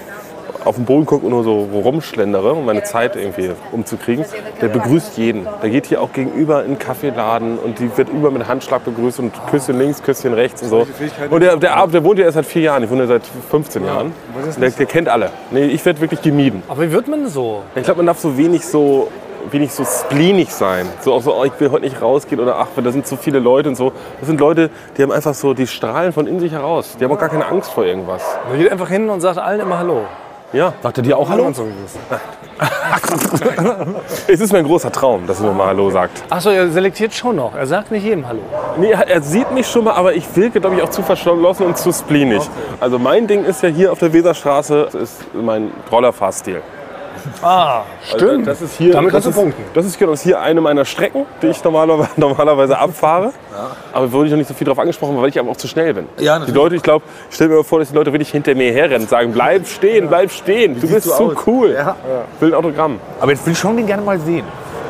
Speaker 4: auf den Boden gucke und nur so rumschlendere, um meine Zeit irgendwie umzukriegen, der begrüßt jeden. Der geht hier auch gegenüber in einen Kaffeeladen und die wird über mit Handschlag begrüßt und Küsschen links, Küsschen rechts und so. Und der, der, der wohnt hier erst seit vier Jahren, ich wohne hier seit 15 Jahren. Der, der kennt alle. Nee, ich werde wirklich gemieden.
Speaker 3: Aber wie wird man so?
Speaker 4: Ich glaube, man darf so wenig so wenig so spleenig sein. So auch so, oh, ich will heute nicht rausgehen oder ach, da sind so viele Leute und so. Das sind Leute, die haben einfach so, die strahlen von in sich heraus. Die haben auch gar keine Angst vor irgendwas.
Speaker 3: Man geht einfach hin und sagt allen immer Hallo.
Speaker 4: Ja.
Speaker 2: Sagt er dir auch Hallo?
Speaker 3: Und so gegrüßt.
Speaker 4: Es ist mein großer Traum, dass man mal Hallo sagt.
Speaker 3: Achso, er selektiert schon noch. Er sagt nicht jedem Hallo.
Speaker 4: Nee, er er sieht mich schon mal, aber ich wirke, glaube ich, auch zu verschlossen und zu spleenig. Also mein Ding ist ja hier auf der Weserstraße, das ist mein Rollerfahrstil. Also
Speaker 3: Ah, stimmt.
Speaker 4: Das ist hier,
Speaker 3: Damit kannst
Speaker 4: das
Speaker 3: du
Speaker 4: ist,
Speaker 3: punkten.
Speaker 4: Das ist, genau, das ist hier eine meiner Strecken, die ich normalerweise, normalerweise abfahre. Aber wurde ich noch nicht so viel darauf angesprochen, weil ich aber auch zu schnell bin.
Speaker 6: Ja,
Speaker 4: die
Speaker 6: natürlich.
Speaker 4: Leute, ich glaube, ich stelle mir mal vor, dass die Leute wirklich hinter mir herrennen und sagen, bleib stehen, bleib stehen, du bist
Speaker 6: du
Speaker 4: so
Speaker 6: aus?
Speaker 4: cool.
Speaker 6: Ja.
Speaker 4: Will ein Autogramm.
Speaker 6: Aber jetzt will ich schon den gerne mal sehen.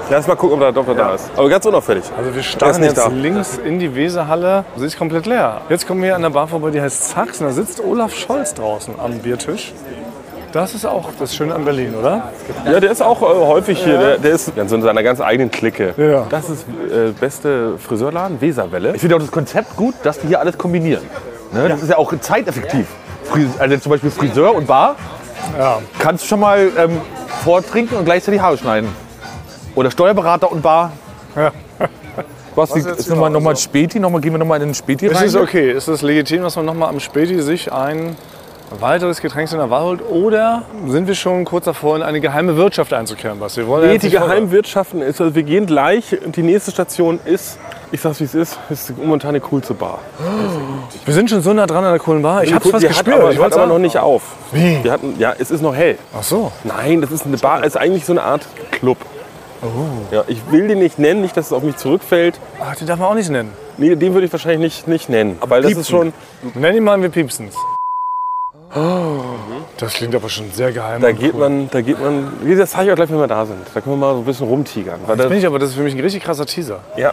Speaker 4: Lass mal gucken, ob der Doktor da ist. Aber ganz unauffällig.
Speaker 3: Also wir
Speaker 4: Er ist
Speaker 3: starren
Speaker 4: nicht
Speaker 3: jetzt
Speaker 4: da.
Speaker 3: links in die Weserhalle. Sie ist komplett leer. Jetzt kommen wir an der Bar vorbei, die heißt Sachsen. Da sitzt Olaf Scholz draußen am Biertisch. Das ist auch das Schöne an Berlin, oder?
Speaker 4: Ja, der ist auch äh, häufig hier. Der, der ist ganz in seiner ganz eigenen Clique.
Speaker 3: Ja.
Speaker 4: Das ist äh, beste Friseurladen, Weserwelle.
Speaker 5: Ich finde auch das Konzept gut, dass die hier alles kombinieren. Ne? Das ist ja auch zeiteffektiv. Fris- Also zum Beispiel Friseur und Bar
Speaker 3: Ja.
Speaker 5: kannst du schon mal ähm, vortrinken und gleichzeitig Haare schneiden. Oder Steuerberater und Bar.
Speaker 3: Ja.
Speaker 5: Was,
Speaker 3: jetzt
Speaker 5: ist
Speaker 3: wieder
Speaker 5: nochmal noch mal ein Späti? Noch mal, gehen wir nochmal in den Späti
Speaker 3: Es
Speaker 5: rein?
Speaker 3: ist okay. Es ist legitim, dass man nochmal am Späti sich ein weiteres Getränk in der Bar holt. Oder sind wir schon kurz davor, in eine geheime Wirtschaft einzukehren, was wir wollen? ja
Speaker 4: Nee,
Speaker 3: jetzt
Speaker 4: die
Speaker 3: nicht vorwärts.
Speaker 4: Geheimwirtschaften ist, also wir gehen gleich. Die nächste Station ist, ich sag's wie es ist, ist momentan eine coolste Bar.
Speaker 3: Wir sind schon so nah dran an der coolen Bar. Ich hab's
Speaker 4: Die
Speaker 3: fast
Speaker 4: hat
Speaker 3: gespürt.
Speaker 4: Aber,
Speaker 3: ich
Speaker 4: die hat
Speaker 3: wollte
Speaker 4: aber noch
Speaker 3: sagen-
Speaker 4: nicht auf.
Speaker 3: Wie?
Speaker 4: Die hatten, ja, es ist noch hell.
Speaker 3: Ach so.
Speaker 4: Nein, das ist eine Bar, ist eigentlich so eine Art Club.
Speaker 3: Oh.
Speaker 4: Ja, ich will den nicht nennen, nicht, dass es auf mich zurückfällt.
Speaker 3: Ach, Ah, die darf man auch nicht nennen.
Speaker 4: Nee, den würde ich wahrscheinlich nicht, nicht nennen. Weil das ist schon,
Speaker 3: Nenn ihn mal, wir piepsen's. das klingt aber schon sehr geheim.
Speaker 4: Oh. da
Speaker 3: und
Speaker 4: geht
Speaker 3: cool.
Speaker 4: man, da geht man, das zeige ich euch gleich, wenn wir da sind. Da können wir mal so ein bisschen rumtigern. Weil
Speaker 3: Jetzt
Speaker 4: da,
Speaker 3: bin ich aber, das ist für mich ein richtig krasser Teaser.
Speaker 4: ja,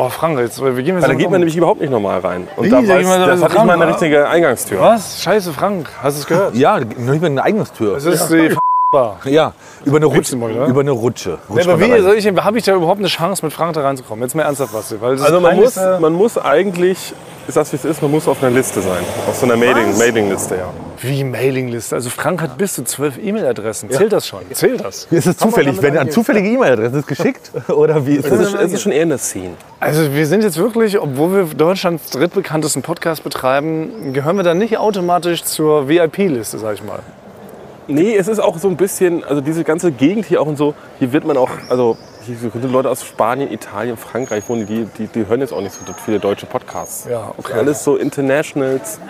Speaker 3: Oh, Frank, jetzt, wir gehen jetzt
Speaker 4: weil da
Speaker 3: noch- um-
Speaker 4: geht man nämlich überhaupt nicht normal rein. Und
Speaker 3: Wie,
Speaker 4: da
Speaker 3: da
Speaker 4: war
Speaker 3: geht man da
Speaker 4: es- das
Speaker 3: so
Speaker 4: hat nicht
Speaker 3: ran,
Speaker 4: mal eine
Speaker 3: oder?
Speaker 4: richtige Eingangstür.
Speaker 3: Was? Scheiße, Frank, hast du es gehört?
Speaker 5: Ja, noch nicht mal eine Eignungstür.
Speaker 3: Das ist die F- Bar.
Speaker 5: Ja, über eine Rutsche.
Speaker 3: Piepsen mal, oder?
Speaker 5: über eine Rutsche.
Speaker 3: Nee,
Speaker 5: Rutscht
Speaker 3: aber
Speaker 5: man da
Speaker 3: wie
Speaker 5: rein.
Speaker 3: soll ich, denn- hab ich da überhaupt eine Chance, mit Frank da reinzukommen? Jetzt mal ernsthaft, Basti. Weil das
Speaker 4: Also man muss,
Speaker 3: peinlichste-
Speaker 4: man muss eigentlich, ist das wie es ist, man muss auf einer Liste sein. Auf so einer Mailing- Mailingliste, ja.
Speaker 3: Wie Mailingliste. Also Frank hat bis zu zwölf E-Mail-Adressen. Zählt das schon? Zählt das?
Speaker 5: Ist es zufällig? Werden an zufällige E-Mail-Adressen geschickt? Oder wie ist
Speaker 4: Es
Speaker 5: das?
Speaker 4: ist, es ist schon eher eine Scene.
Speaker 3: Also wir sind jetzt wirklich, obwohl wir Deutschlands drittbekanntesten Podcast betreiben, gehören wir dann nicht automatisch zur VIP-Liste, sag ich mal.
Speaker 4: Nee, es ist auch so ein bisschen, also diese ganze Gegend hier auch und so, hier wird man auch, also hier sind Leute aus Spanien, Italien, Frankreich wohnen, die, die, die hören jetzt auch nicht so viele deutsche Podcasts.
Speaker 3: Ja, okay.
Speaker 4: Alles so Internationals,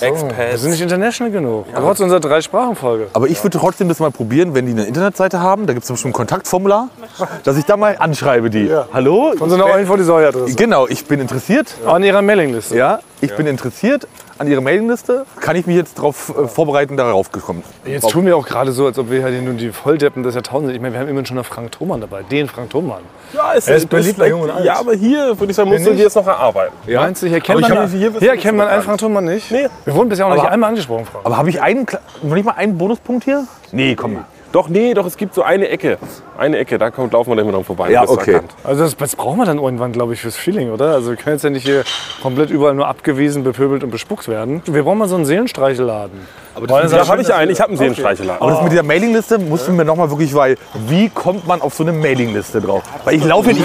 Speaker 3: Wir
Speaker 4: Expats.
Speaker 3: sind nicht international genug. Trotz unserer Drei-Sprachen-Folge.
Speaker 5: Aber ich würde trotzdem das mal probieren, wenn die eine Internetseite haben. Da gibt es bestimmt ein Kontaktformular, dass ich da mal anschreibe die. Hallo?
Speaker 3: Von so einer Eulen vor die Säule-Adresse.
Speaker 5: Genau, ich bin interessiert.
Speaker 3: An ihrer Mailingliste.
Speaker 5: Ja, ich bin interessiert an Ihre Mailingliste. Kann ich mich jetzt darauf äh, vorbereiten, darauf gekommen?
Speaker 3: Jetzt tun wir auch gerade so, als ob wir hier nur die Volldeppen des Jahrtausends sind. Ich meine, wir haben immerhin schon noch Frank Thomann dabei. Den Frank Thomann.
Speaker 4: ja, es
Speaker 3: Er ist beliebt bei Jung und Alt.
Speaker 4: Ja, aber hier, würde ich sagen, musst du
Speaker 3: nicht?
Speaker 4: dir jetzt noch erarbeiten.
Speaker 3: Ja? Meinst du, hier kennt
Speaker 5: Aber ich
Speaker 3: man,
Speaker 5: hab-
Speaker 3: hier
Speaker 4: hier bist du
Speaker 3: hier
Speaker 4: nicht
Speaker 3: kennt man einen
Speaker 4: bekannt.
Speaker 3: Frank Thomann nicht?
Speaker 4: Nee.
Speaker 3: Wir wurden bisher auch noch
Speaker 5: Aber-
Speaker 3: nicht einmal angesprochen, Frank.
Speaker 5: Aber habe ich einen, kle- noch nicht mal einen Bonuspunkt hier? Nee, komm mal.
Speaker 4: Eh, Doch, nee, doch, es gibt so eine Ecke. Eine Ecke, da kommt, laufen wir dann immer dran vorbei.
Speaker 5: Ja,
Speaker 4: bist du
Speaker 5: okay.
Speaker 4: erkannt.
Speaker 3: Also das, das brauchen wir dann irgendwann, glaube ich, fürs Feeling, oder? Also wir können jetzt ja nicht hier komplett überall nur abgewiesen, bepöbelt und bespuckt werden. Wir brauchen mal so einen Seelenstreichelladen. Aber das
Speaker 4: Da habe ich einen, ich habe einen Seelenstreicheladen.
Speaker 5: Aber das mit dieser Mailingliste mussten wir nochmal wirklich, weil wie kommt man auf so eine Mailingliste drauf? Weil ich laufe nicht.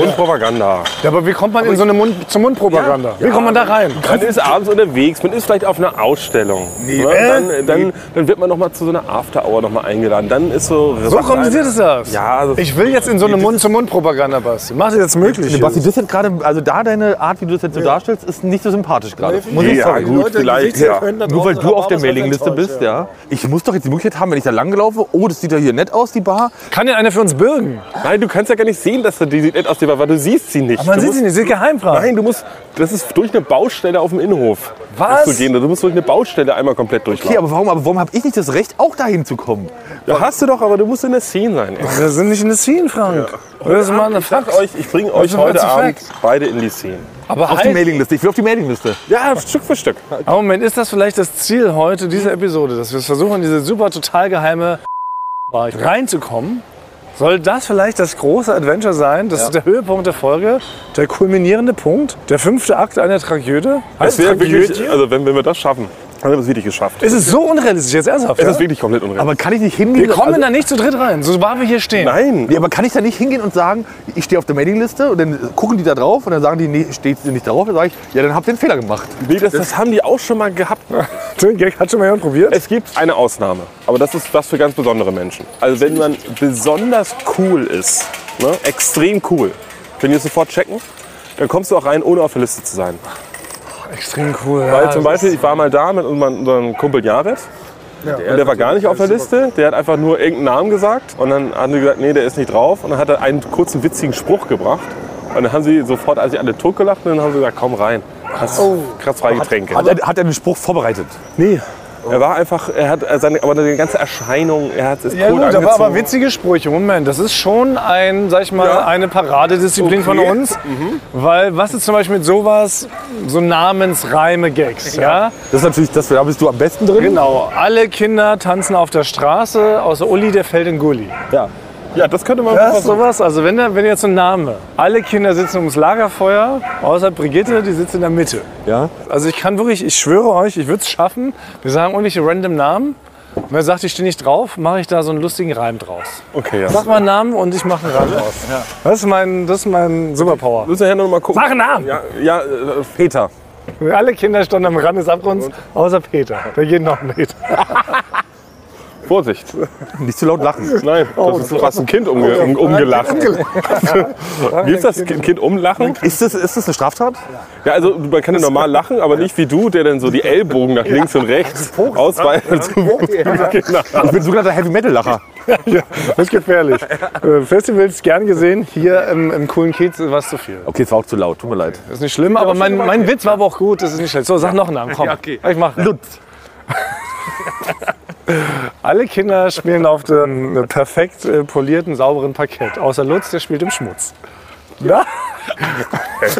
Speaker 4: Mund-zu-Mund-Propaganda.
Speaker 3: Ja, aber wie kommt man in so eine Mund-zu-Mund-Propaganda? wie kommt man da rein?
Speaker 4: Man ist abends unterwegs, man ist vielleicht auf einer Ausstellung. Nee, dann, dann, dann wird man noch mal zu so einer After-Hour noch mal eingeladen. Dann ist so...
Speaker 3: So kompliziert ist das.
Speaker 4: Ja, das-
Speaker 3: ich will jetzt in so eine Mund-zu-Mund-Propaganda, Basti. Mach dir jetzt möglich.
Speaker 5: Basti, das jetzt gerade, also da deine Art, wie du das jetzt so darstellst, ist nicht so sympathisch gerade. Muss ich
Speaker 4: Ja,
Speaker 5: sagen.
Speaker 4: gut, vielleicht, ja.
Speaker 5: Nur weil du auf der Mailingliste bist, ja. Ich muss doch jetzt die Möglichkeit haben, wenn ich da langlaufe, oh, das sieht ja hier nett aus, die Bar.
Speaker 3: Kann denn einer für uns bürgen?
Speaker 4: Nein, du kannst ja gar nicht sehen, dass du die sieht nett aus dir, weil du siehst sie nicht.
Speaker 3: Aber man
Speaker 4: du
Speaker 3: sieht
Speaker 4: musst,
Speaker 3: sie nicht, sie ist geheim, Frank.
Speaker 4: Nein, du musst... Das ist durch eine Baustelle auf dem Innenhof.
Speaker 3: Was?
Speaker 4: musst Du, gehen. du musst durch eine Baustelle einmal komplett
Speaker 5: Okay,
Speaker 4: durchlaufen.
Speaker 5: aber warum, aber warum habe ich nicht das Recht, auch dahin zu kommen?
Speaker 4: da hast du doch, aber du musst in der Szene sein. ey.
Speaker 3: Wir sind nicht in der Scene, Frank. Das ist mal eine
Speaker 4: Ich sag
Speaker 3: Fax.
Speaker 4: euch, ich bringe euch
Speaker 3: ist ein
Speaker 4: heute
Speaker 3: Fun
Speaker 4: Abend
Speaker 3: Fact.
Speaker 4: beide in die Szene.
Speaker 3: Aber
Speaker 5: Auf die
Speaker 3: halt,
Speaker 5: Mailingliste. Ich will auf die Mailingliste.
Speaker 4: Ja, Stück für Stück.
Speaker 3: Aber Moment, ist das vielleicht das Ziel heute dieser Episode, dass wir es versuchen, diese super total geheime Bar reinzukommen? Soll das vielleicht das große Adventure sein? Das ist der Höhepunkt der Folge, der kulminierende Punkt, der fünfte Akt einer Tragödie?
Speaker 4: Es
Speaker 3: Heißt
Speaker 4: wäre
Speaker 3: Tragödie?
Speaker 4: wirklich... Also, wenn, wenn wir das schaffen, dann haben wir es wirklich geschafft.
Speaker 3: Ist es so unrealistisch jetzt ernsthaft?
Speaker 4: Es
Speaker 3: Ja?
Speaker 4: ist wirklich komplett unreal.
Speaker 5: Aber kann ich nicht hingehen?
Speaker 3: Wir kommen
Speaker 5: also,
Speaker 3: da nicht zu dritt rein, so wahr wir hier stehen.
Speaker 4: Nein,
Speaker 5: nee, aber kann ich da nicht hingehen und sagen, ich stehe auf der Mailingliste und dann gucken die da drauf und dann sagen die, nee, steht nicht drauf. Dann sage ich, ja, dann habt ihr einen Fehler gemacht.
Speaker 4: Nee, das, das haben die auch schon mal gehabt.
Speaker 3: Den Gag hat schon mal jemand probiert?
Speaker 4: Es gibt eine Ausnahme, aber das ist was für ganz besondere Menschen. Also wenn man besonders cool ist, ne, extrem cool, wenn die es sofort checken, dann kommst du auch rein, ohne auf der Liste zu sein.
Speaker 3: Extrem cool.
Speaker 4: Weil
Speaker 3: ja,
Speaker 4: zum
Speaker 3: das
Speaker 4: Beispiel, ich war mal da mit unserem, unserem Kumpel Jared Und der war gar nicht auf der Liste. Der hat einfach nur irgendeinen Namen gesagt. Und dann haben die gesagt, nee, der ist nicht drauf. Und dann hat er einen kurzen witzigen Spruch gebracht. Und dann haben sie sofort, als sie alle tot gelacht, und dann haben sie gesagt, komm rein. Hast
Speaker 3: Oh.
Speaker 4: krass freie Getränke.
Speaker 5: Hat er, hat er den Spruch vorbereitet?
Speaker 4: nee. Er war einfach, er hat seine, aber seine ganze Erscheinung, er hat es
Speaker 3: Ja
Speaker 4: cool
Speaker 3: gut, da
Speaker 4: angezogen.
Speaker 3: war aber witzige Sprüche. Moment, das ist schon ein, sag ich mal, eine Paradedisziplin von uns. Weil was ist zum Beispiel mit sowas, so Namensreime-Gags, ja?
Speaker 5: Das ist natürlich, das, da bist du am besten drin.
Speaker 3: Genau, alle Kinder tanzen auf der Straße, außer Uli, der fällt in Gulli.
Speaker 4: Ja, das könnte man
Speaker 3: Das ist sowas, also wenn, da- wenn jetzt ein Name, alle Kinder sitzen ums Lagerfeuer, außer Brigitte, die sitzt in der Mitte.
Speaker 5: Ja.
Speaker 3: Also ich kann wirklich, ich schwöre euch, ich würde es schaffen. Wir sagen irgendwelche random Namen. Und wer sagt, ich stehe nicht drauf, mache ich da so einen lustigen Reim draus.
Speaker 4: Okay, ja.
Speaker 3: Sag mal einen Namen und ich mache einen Reim draus. Das, ist mein, das ist mein Superpower.
Speaker 4: Müssen wir ja noch mal gucken.
Speaker 3: Mach einen Namen!
Speaker 4: Ja, ja äh, Peter.
Speaker 3: Alle Kinder standen am Rand des Abgrunds, außer Peter. Der geht noch mit.
Speaker 4: Vorsicht.
Speaker 5: Nicht zu laut lachen.
Speaker 4: Nein, das ist fast ein Kind umge um, umgelacht. Gibt's das Kind, kind umlachen?
Speaker 5: Ist das, ist das eine Straftat?
Speaker 4: Ja, also man kann ja normal lachen, aber nicht wie du, der dann so die Ellbogen nach links und rechts ausweitet. Genau.
Speaker 5: Ich bin sogenannter Heavy-Metal-Lacher.
Speaker 3: Ja, das ist gefährlich. Äh, Festivals gern gesehen, hier im, im coolen Kiez war es zu viel.
Speaker 5: Okay, es war auch zu laut, tut mir leid.
Speaker 3: Ist nicht schlimm, aber mein, mein Witz war aber auch gut, das ist nicht schlecht. So, sag noch einen Namen, komm. Ich mach. Lutz. Alle Kinder spielen auf dem äh, perfekt äh, polierten, sauberen Parkett. Außer Lutz, der spielt im Schmutz. Na?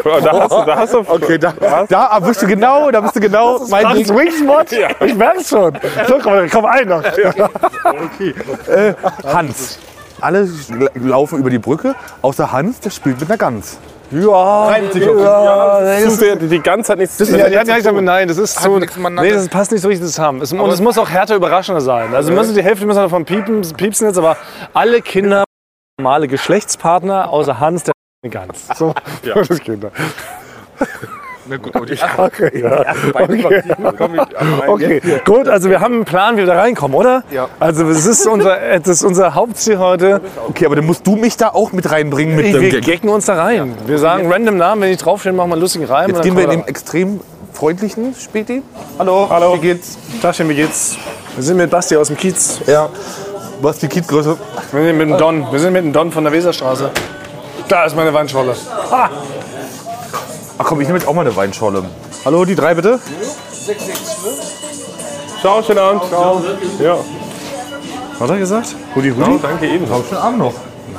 Speaker 4: Da hast du, da hast du okay, da,
Speaker 5: Da bist du genau, da bist du genau mein
Speaker 3: Ach,
Speaker 5: Ding.
Speaker 3: Swingspot? Ich merk's schon. So, komm, komm ein noch. Äh,
Speaker 5: Hans. Alle la- laufen über die Brücke, außer Hans, der spielt mit einer Gans.
Speaker 3: Ja, ja, das ist-
Speaker 4: die, die ganze Zeit nichts.
Speaker 3: Ja, ja, ja, ich sag mal, nein, das ist so. Nee, das passt nicht so richtig zusammen. Es, und es muss auch härter überraschender sein. Also müssen die Hälfte müssen davon piepen, piepsen jetzt, aber alle Kinder normale Geschlechtspartner, außer Hans, der ganz. So, ja. das Kinder. Na gut, okay, ja. okay. okay, gut, also wir haben einen Plan, wie wir da reinkommen, oder? Ja. Also das ist unser, das ist unser Hauptziel heute.
Speaker 5: Okay, aber dann musst du mich da auch mit reinbringen mit dem
Speaker 3: wir
Speaker 5: Gag.
Speaker 3: gecken uns da rein. Wir sagen random Namen, wenn die draufstehen, machen wir einen lustigen Reim. und
Speaker 5: Jetzt
Speaker 3: dann
Speaker 5: gehen wir in
Speaker 3: kommen
Speaker 5: den extrem freundlichen Späti.
Speaker 3: Hallo. Hallo.
Speaker 5: Wie geht's?
Speaker 3: Taschen, wie geht's? Wir sind mit Basti aus dem Kiez.
Speaker 5: Ja. Was die Kiezgröße?
Speaker 3: Wir sind mit dem Don. Wir sind mit dem Don von der Weserstraße. Da ist meine Weinschorle.
Speaker 5: Ach komm, ich nehme jetzt auch mal eine Weinschorle. Hallo, die drei bitte.
Speaker 4: Ciao, schönen Abend. Ciao. Ja.
Speaker 3: Hat er gesagt? Hudi
Speaker 4: Ciao,
Speaker 3: Hudi?
Speaker 4: danke ebenso.
Speaker 5: Schönen Abend noch.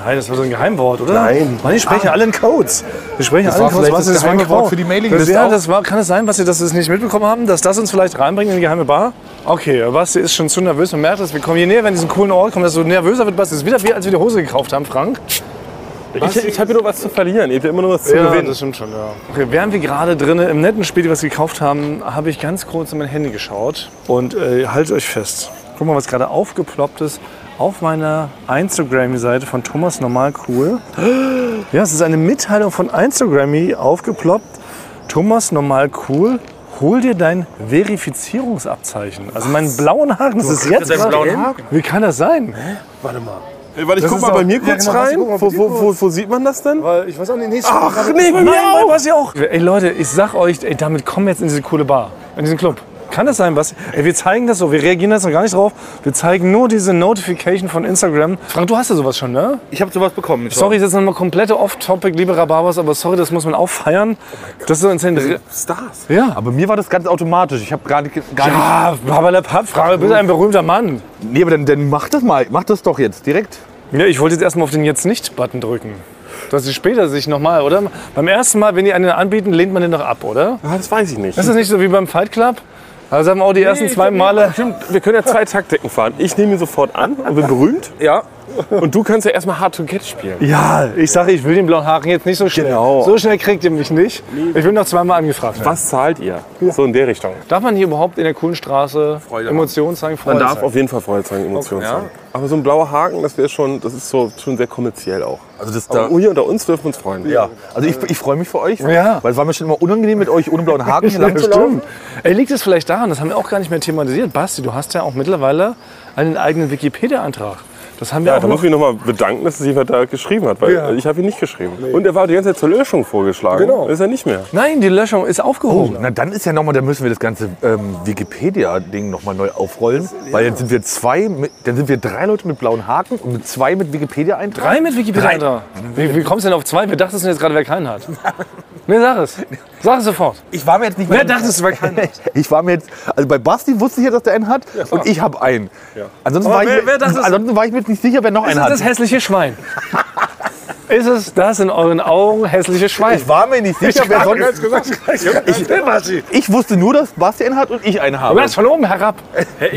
Speaker 3: Nein, das war so ein Geheimwort, oder?
Speaker 5: Nein.
Speaker 3: Mann, die sprechen alle in Codes. Wir sprechen alle in
Speaker 5: war
Speaker 3: Codes.
Speaker 5: vielleicht das geheime Wort für die Mailingliste
Speaker 3: Das, ja,
Speaker 5: auch.
Speaker 3: das war, kann es sein, was Sie das jetzt nicht mitbekommen haben, dass das uns vielleicht reinbringt in die geheime Bar? Okay, Basti ist schon zu nervös. Man merkt es, wir kommen je näher wir an diesen coolen Ort kommen, desto nervöser wird Basti. Das ist wieder wie, als wir die Hose gekauft haben, Frank.
Speaker 4: Ich, ich habe hier nur was zu verlieren. Ihr habt ja immer nur was zu
Speaker 3: Ja,
Speaker 4: gewinnen.
Speaker 3: das stimmt schon, ja. Okay, während wir gerade drinnen im netten Spiel, was wir gekauft haben, habe ich ganz kurz in mein Handy geschaut. Und äh, haltet euch fest. Guck mal, was gerade aufgeploppt ist auf meiner Instagram-Seite von Thomas Normal Cool. Ja, es ist eine Mitteilung von Instagram aufgeploppt. Thomas Normal Cool. Hol dir dein Verifizierungsabzeichen. Also meinen blauen Haken, das ist jetzt. gerade- Wie kann das sein?
Speaker 4: Ey, Äh, Warte, ich guck
Speaker 3: ist
Speaker 4: mal
Speaker 3: doch-
Speaker 4: bei mir
Speaker 3: Ja,
Speaker 4: kurz
Speaker 3: genau, lass
Speaker 4: rein.
Speaker 3: gucken, ob
Speaker 4: Wo,
Speaker 3: die
Speaker 4: wo, wo, wo sieht man das denn?
Speaker 3: Ich weiß auch nicht, nächstes
Speaker 4: Ach, nee, bei mir
Speaker 3: Nein,
Speaker 4: auch.
Speaker 3: was ihr auch. Ey Leute, ich sag euch, ey, damit kommen wir jetzt in diese coole Bar, in diesen Club. Kann das sein, was? Ey, wir zeigen das so, wir reagieren das noch gar nicht drauf. Wir zeigen nur diese Notification von Instagram. Frank, du hast ja sowas schon, ne?
Speaker 5: Ich habe sowas bekommen.
Speaker 3: Sorry, das ist nochmal komplette Off-Topic, liebe Rhabarbers, aber sorry, das muss man auch feiern. das ist uns ein...
Speaker 4: Stars.
Speaker 3: Ja,
Speaker 5: Aber mir war das ganz automatisch. Ich habe gar nicht. Gar
Speaker 3: ja, Babalapap, Frage, bist ein berühmter Mann.
Speaker 5: nicht nee, aber dann, dann mach das mal. Mach das doch jetzt direkt.
Speaker 3: Ja, ich wollte jetzt erstmal auf den Jetzt nicht-Button drücken. Dass sie später sich nochmal, oder? Beim ersten Mal, wenn die einen anbieten, lehnt man den doch ab, oder?
Speaker 4: Ah, das weiß ich nicht.
Speaker 3: Ist das nicht so wie beim Fight Club? Also haben auch die ersten zwei Male.
Speaker 4: Stimmt, wir können ja zwei Taktiken fahren. Ich nehme ihn sofort an und bin berühmt.
Speaker 5: Ja.
Speaker 4: Und du kannst ja erstmal Hard to Get spielen.
Speaker 3: Ja, ich sage, ich will den blauen Haken jetzt nicht so schnell.
Speaker 4: Genau.
Speaker 3: So schnell kriegt ihr mich nicht. Ich will noch zweimal angefragt werden.
Speaker 4: Was zahlt ihr? So in der Richtung.
Speaker 3: Darf man hier überhaupt in der coolen Straße Emotionen zeigen? Freude
Speaker 4: Man darf
Speaker 3: zeigen?
Speaker 4: auf jeden Fall Freude zeigen, Emotionen zeigen. Aber so ein blauer Haken, das wäre schon, das ist so, schon sehr kommerziell auch.
Speaker 5: Also das da.
Speaker 4: Aber hier unter uns dürfen wir uns freuen.
Speaker 5: Ja. Also ich, ich freue mich für euch.
Speaker 3: Ja.
Speaker 5: Weil es war mir schon immer unangenehm mit euch ohne blauen Haken hier lang zu laufen.
Speaker 3: Stimmt. Ey, liegt es vielleicht daran, das haben wir auch gar nicht mehr thematisiert. Basti, du hast ja auch mittlerweile einen eigenen Wikipedia-Antrag. Das haben wir
Speaker 4: Ja,
Speaker 3: auch
Speaker 4: da muss
Speaker 3: noch.
Speaker 4: ich mich nochmal bedanken, dass es jemand da geschrieben hat, weil
Speaker 3: Ja.
Speaker 4: ich habe ihn nicht geschrieben. Und er war die ganze Zeit zur Löschung vorgeschlagen.
Speaker 3: Genau.
Speaker 4: Ist er nicht mehr.
Speaker 3: Nein, die Löschung ist aufgehoben.
Speaker 5: Oh, Na dann ist ja nochmal, da müssen wir das ganze ähm, Wikipedia-Ding nochmal neu aufrollen, weil dann sind wir zwei, mit, dann sind wir drei Leute mit blauen Haken und mit zwei mit Wikipedia-Eintrag.
Speaker 3: Drei mit Wikipedia. Drei. Wie, wie kommst du denn auf zwei? Wir dachten jetzt gerade, wer keinen hat. Nee, sag es. Sag es sofort.
Speaker 5: Ich war mir jetzt nicht
Speaker 3: Wer dachte es, wer keinen hat?
Speaker 5: Ich war mir jetzt, also bei Basti wusste ich ja, dass der einen hat und ich habe einen. Ansonsten,
Speaker 3: Aber
Speaker 5: war ich,
Speaker 3: wer-
Speaker 5: mir-
Speaker 3: wer dachte es-
Speaker 5: ansonsten war ich mir jetzt nicht sicher, wer noch
Speaker 3: Ist
Speaker 5: einen
Speaker 3: es das
Speaker 5: hat.
Speaker 3: hässliche Schwein? Ist es das in euren Augen hässliche Schwein?
Speaker 5: Ich war mir nicht sicher, wer sonst.
Speaker 3: Ich,
Speaker 5: Ich wusste nur, dass Basti einen hat und ich einen habe.
Speaker 3: Aber das von oben herab.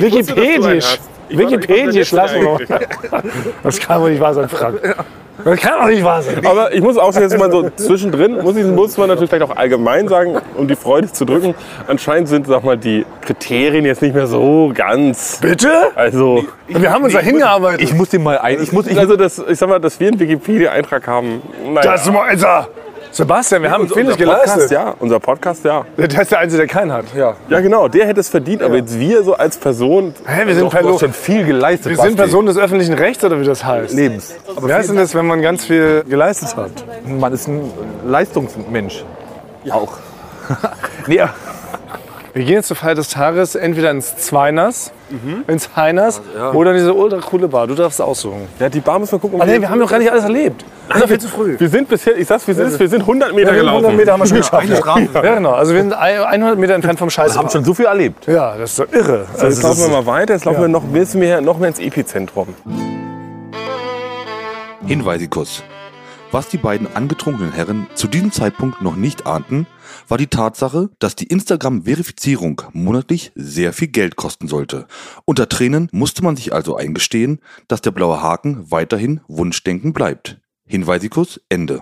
Speaker 3: Wikipedisch. Wikipedisch, lass mal. Das kann doch nicht wahr sein, Frank. Das kann doch nicht wahr sein.
Speaker 4: Aber ich muss auch jetzt mal so zwischendrin, muss, ich, muss man natürlich vielleicht auch allgemein sagen, um die Freude zu drücken, anscheinend sind, sag mal, die Kriterien jetzt nicht mehr so ganz.
Speaker 3: Bitte?
Speaker 4: Also,
Speaker 3: Wir haben uns da hingearbeitet.
Speaker 5: Ich muss den mal ein. Ich muss, ich,
Speaker 4: also das, ich sag mal, dass wir einen Wikipedia-Eintrag haben, naja.
Speaker 3: Das ist mal Alter. Sebastian, wir haben
Speaker 4: unser
Speaker 3: vieles
Speaker 4: Podcast,
Speaker 3: geleistet.
Speaker 4: ja. Unser Podcast, ja.
Speaker 3: Der ist der Einzige, der keinen hat. Ja.
Speaker 4: Ja, genau, der hätte es verdient, aber jetzt wir so als Person.
Speaker 3: Hä, wir sind,
Speaker 5: du hast
Speaker 3: Perlo
Speaker 5: schon viel geleistet.
Speaker 3: wir sind
Speaker 5: Basti.
Speaker 3: Personen des öffentlichen Rechts, oder wie das heißt?
Speaker 5: Lebens.
Speaker 3: Wie heißt denn das, wenn man ganz viel geleistet hat?
Speaker 5: Man ist ein Leistungsmensch. Auch. nee, aber-
Speaker 3: Wir gehen jetzt zur Feier des Tages entweder ins Zweiners, ins Heiners oder in diese ultra coole Bar. Du darfst aussuchen.
Speaker 4: Ja, die Bar müssen wir gucken. ob
Speaker 3: Aber nee,
Speaker 4: wir,
Speaker 3: wir haben doch gar nicht alles erlebt. Das ist doch viel zu früh.
Speaker 4: wir sind bisher, ich sag's, wir sind, wir sind 100 Meter gelaufen.
Speaker 3: 100 Meter haben wir schon geschafft. Ja, genau. Also wir sind ein- 100 Meter entfernt vom Scheiß.
Speaker 5: haben schon so viel erlebt.
Speaker 3: Ja, das ist doch irre. Also
Speaker 4: So, jetzt laufen wir mal weiter, jetzt laufen wir noch, müssen wir noch mehr ins Epizentrum.
Speaker 7: Hinweisikus. Was die beiden angetrunkenen Herren zu diesem Zeitpunkt noch nicht ahnten, war die Tatsache, dass die Instagram-Verifizierung monatlich sehr viel Geld kosten sollte. Unter Tränen musste man sich also eingestehen, dass der blaue Haken weiterhin Wunschdenken bleibt. Hinweisikus Ende.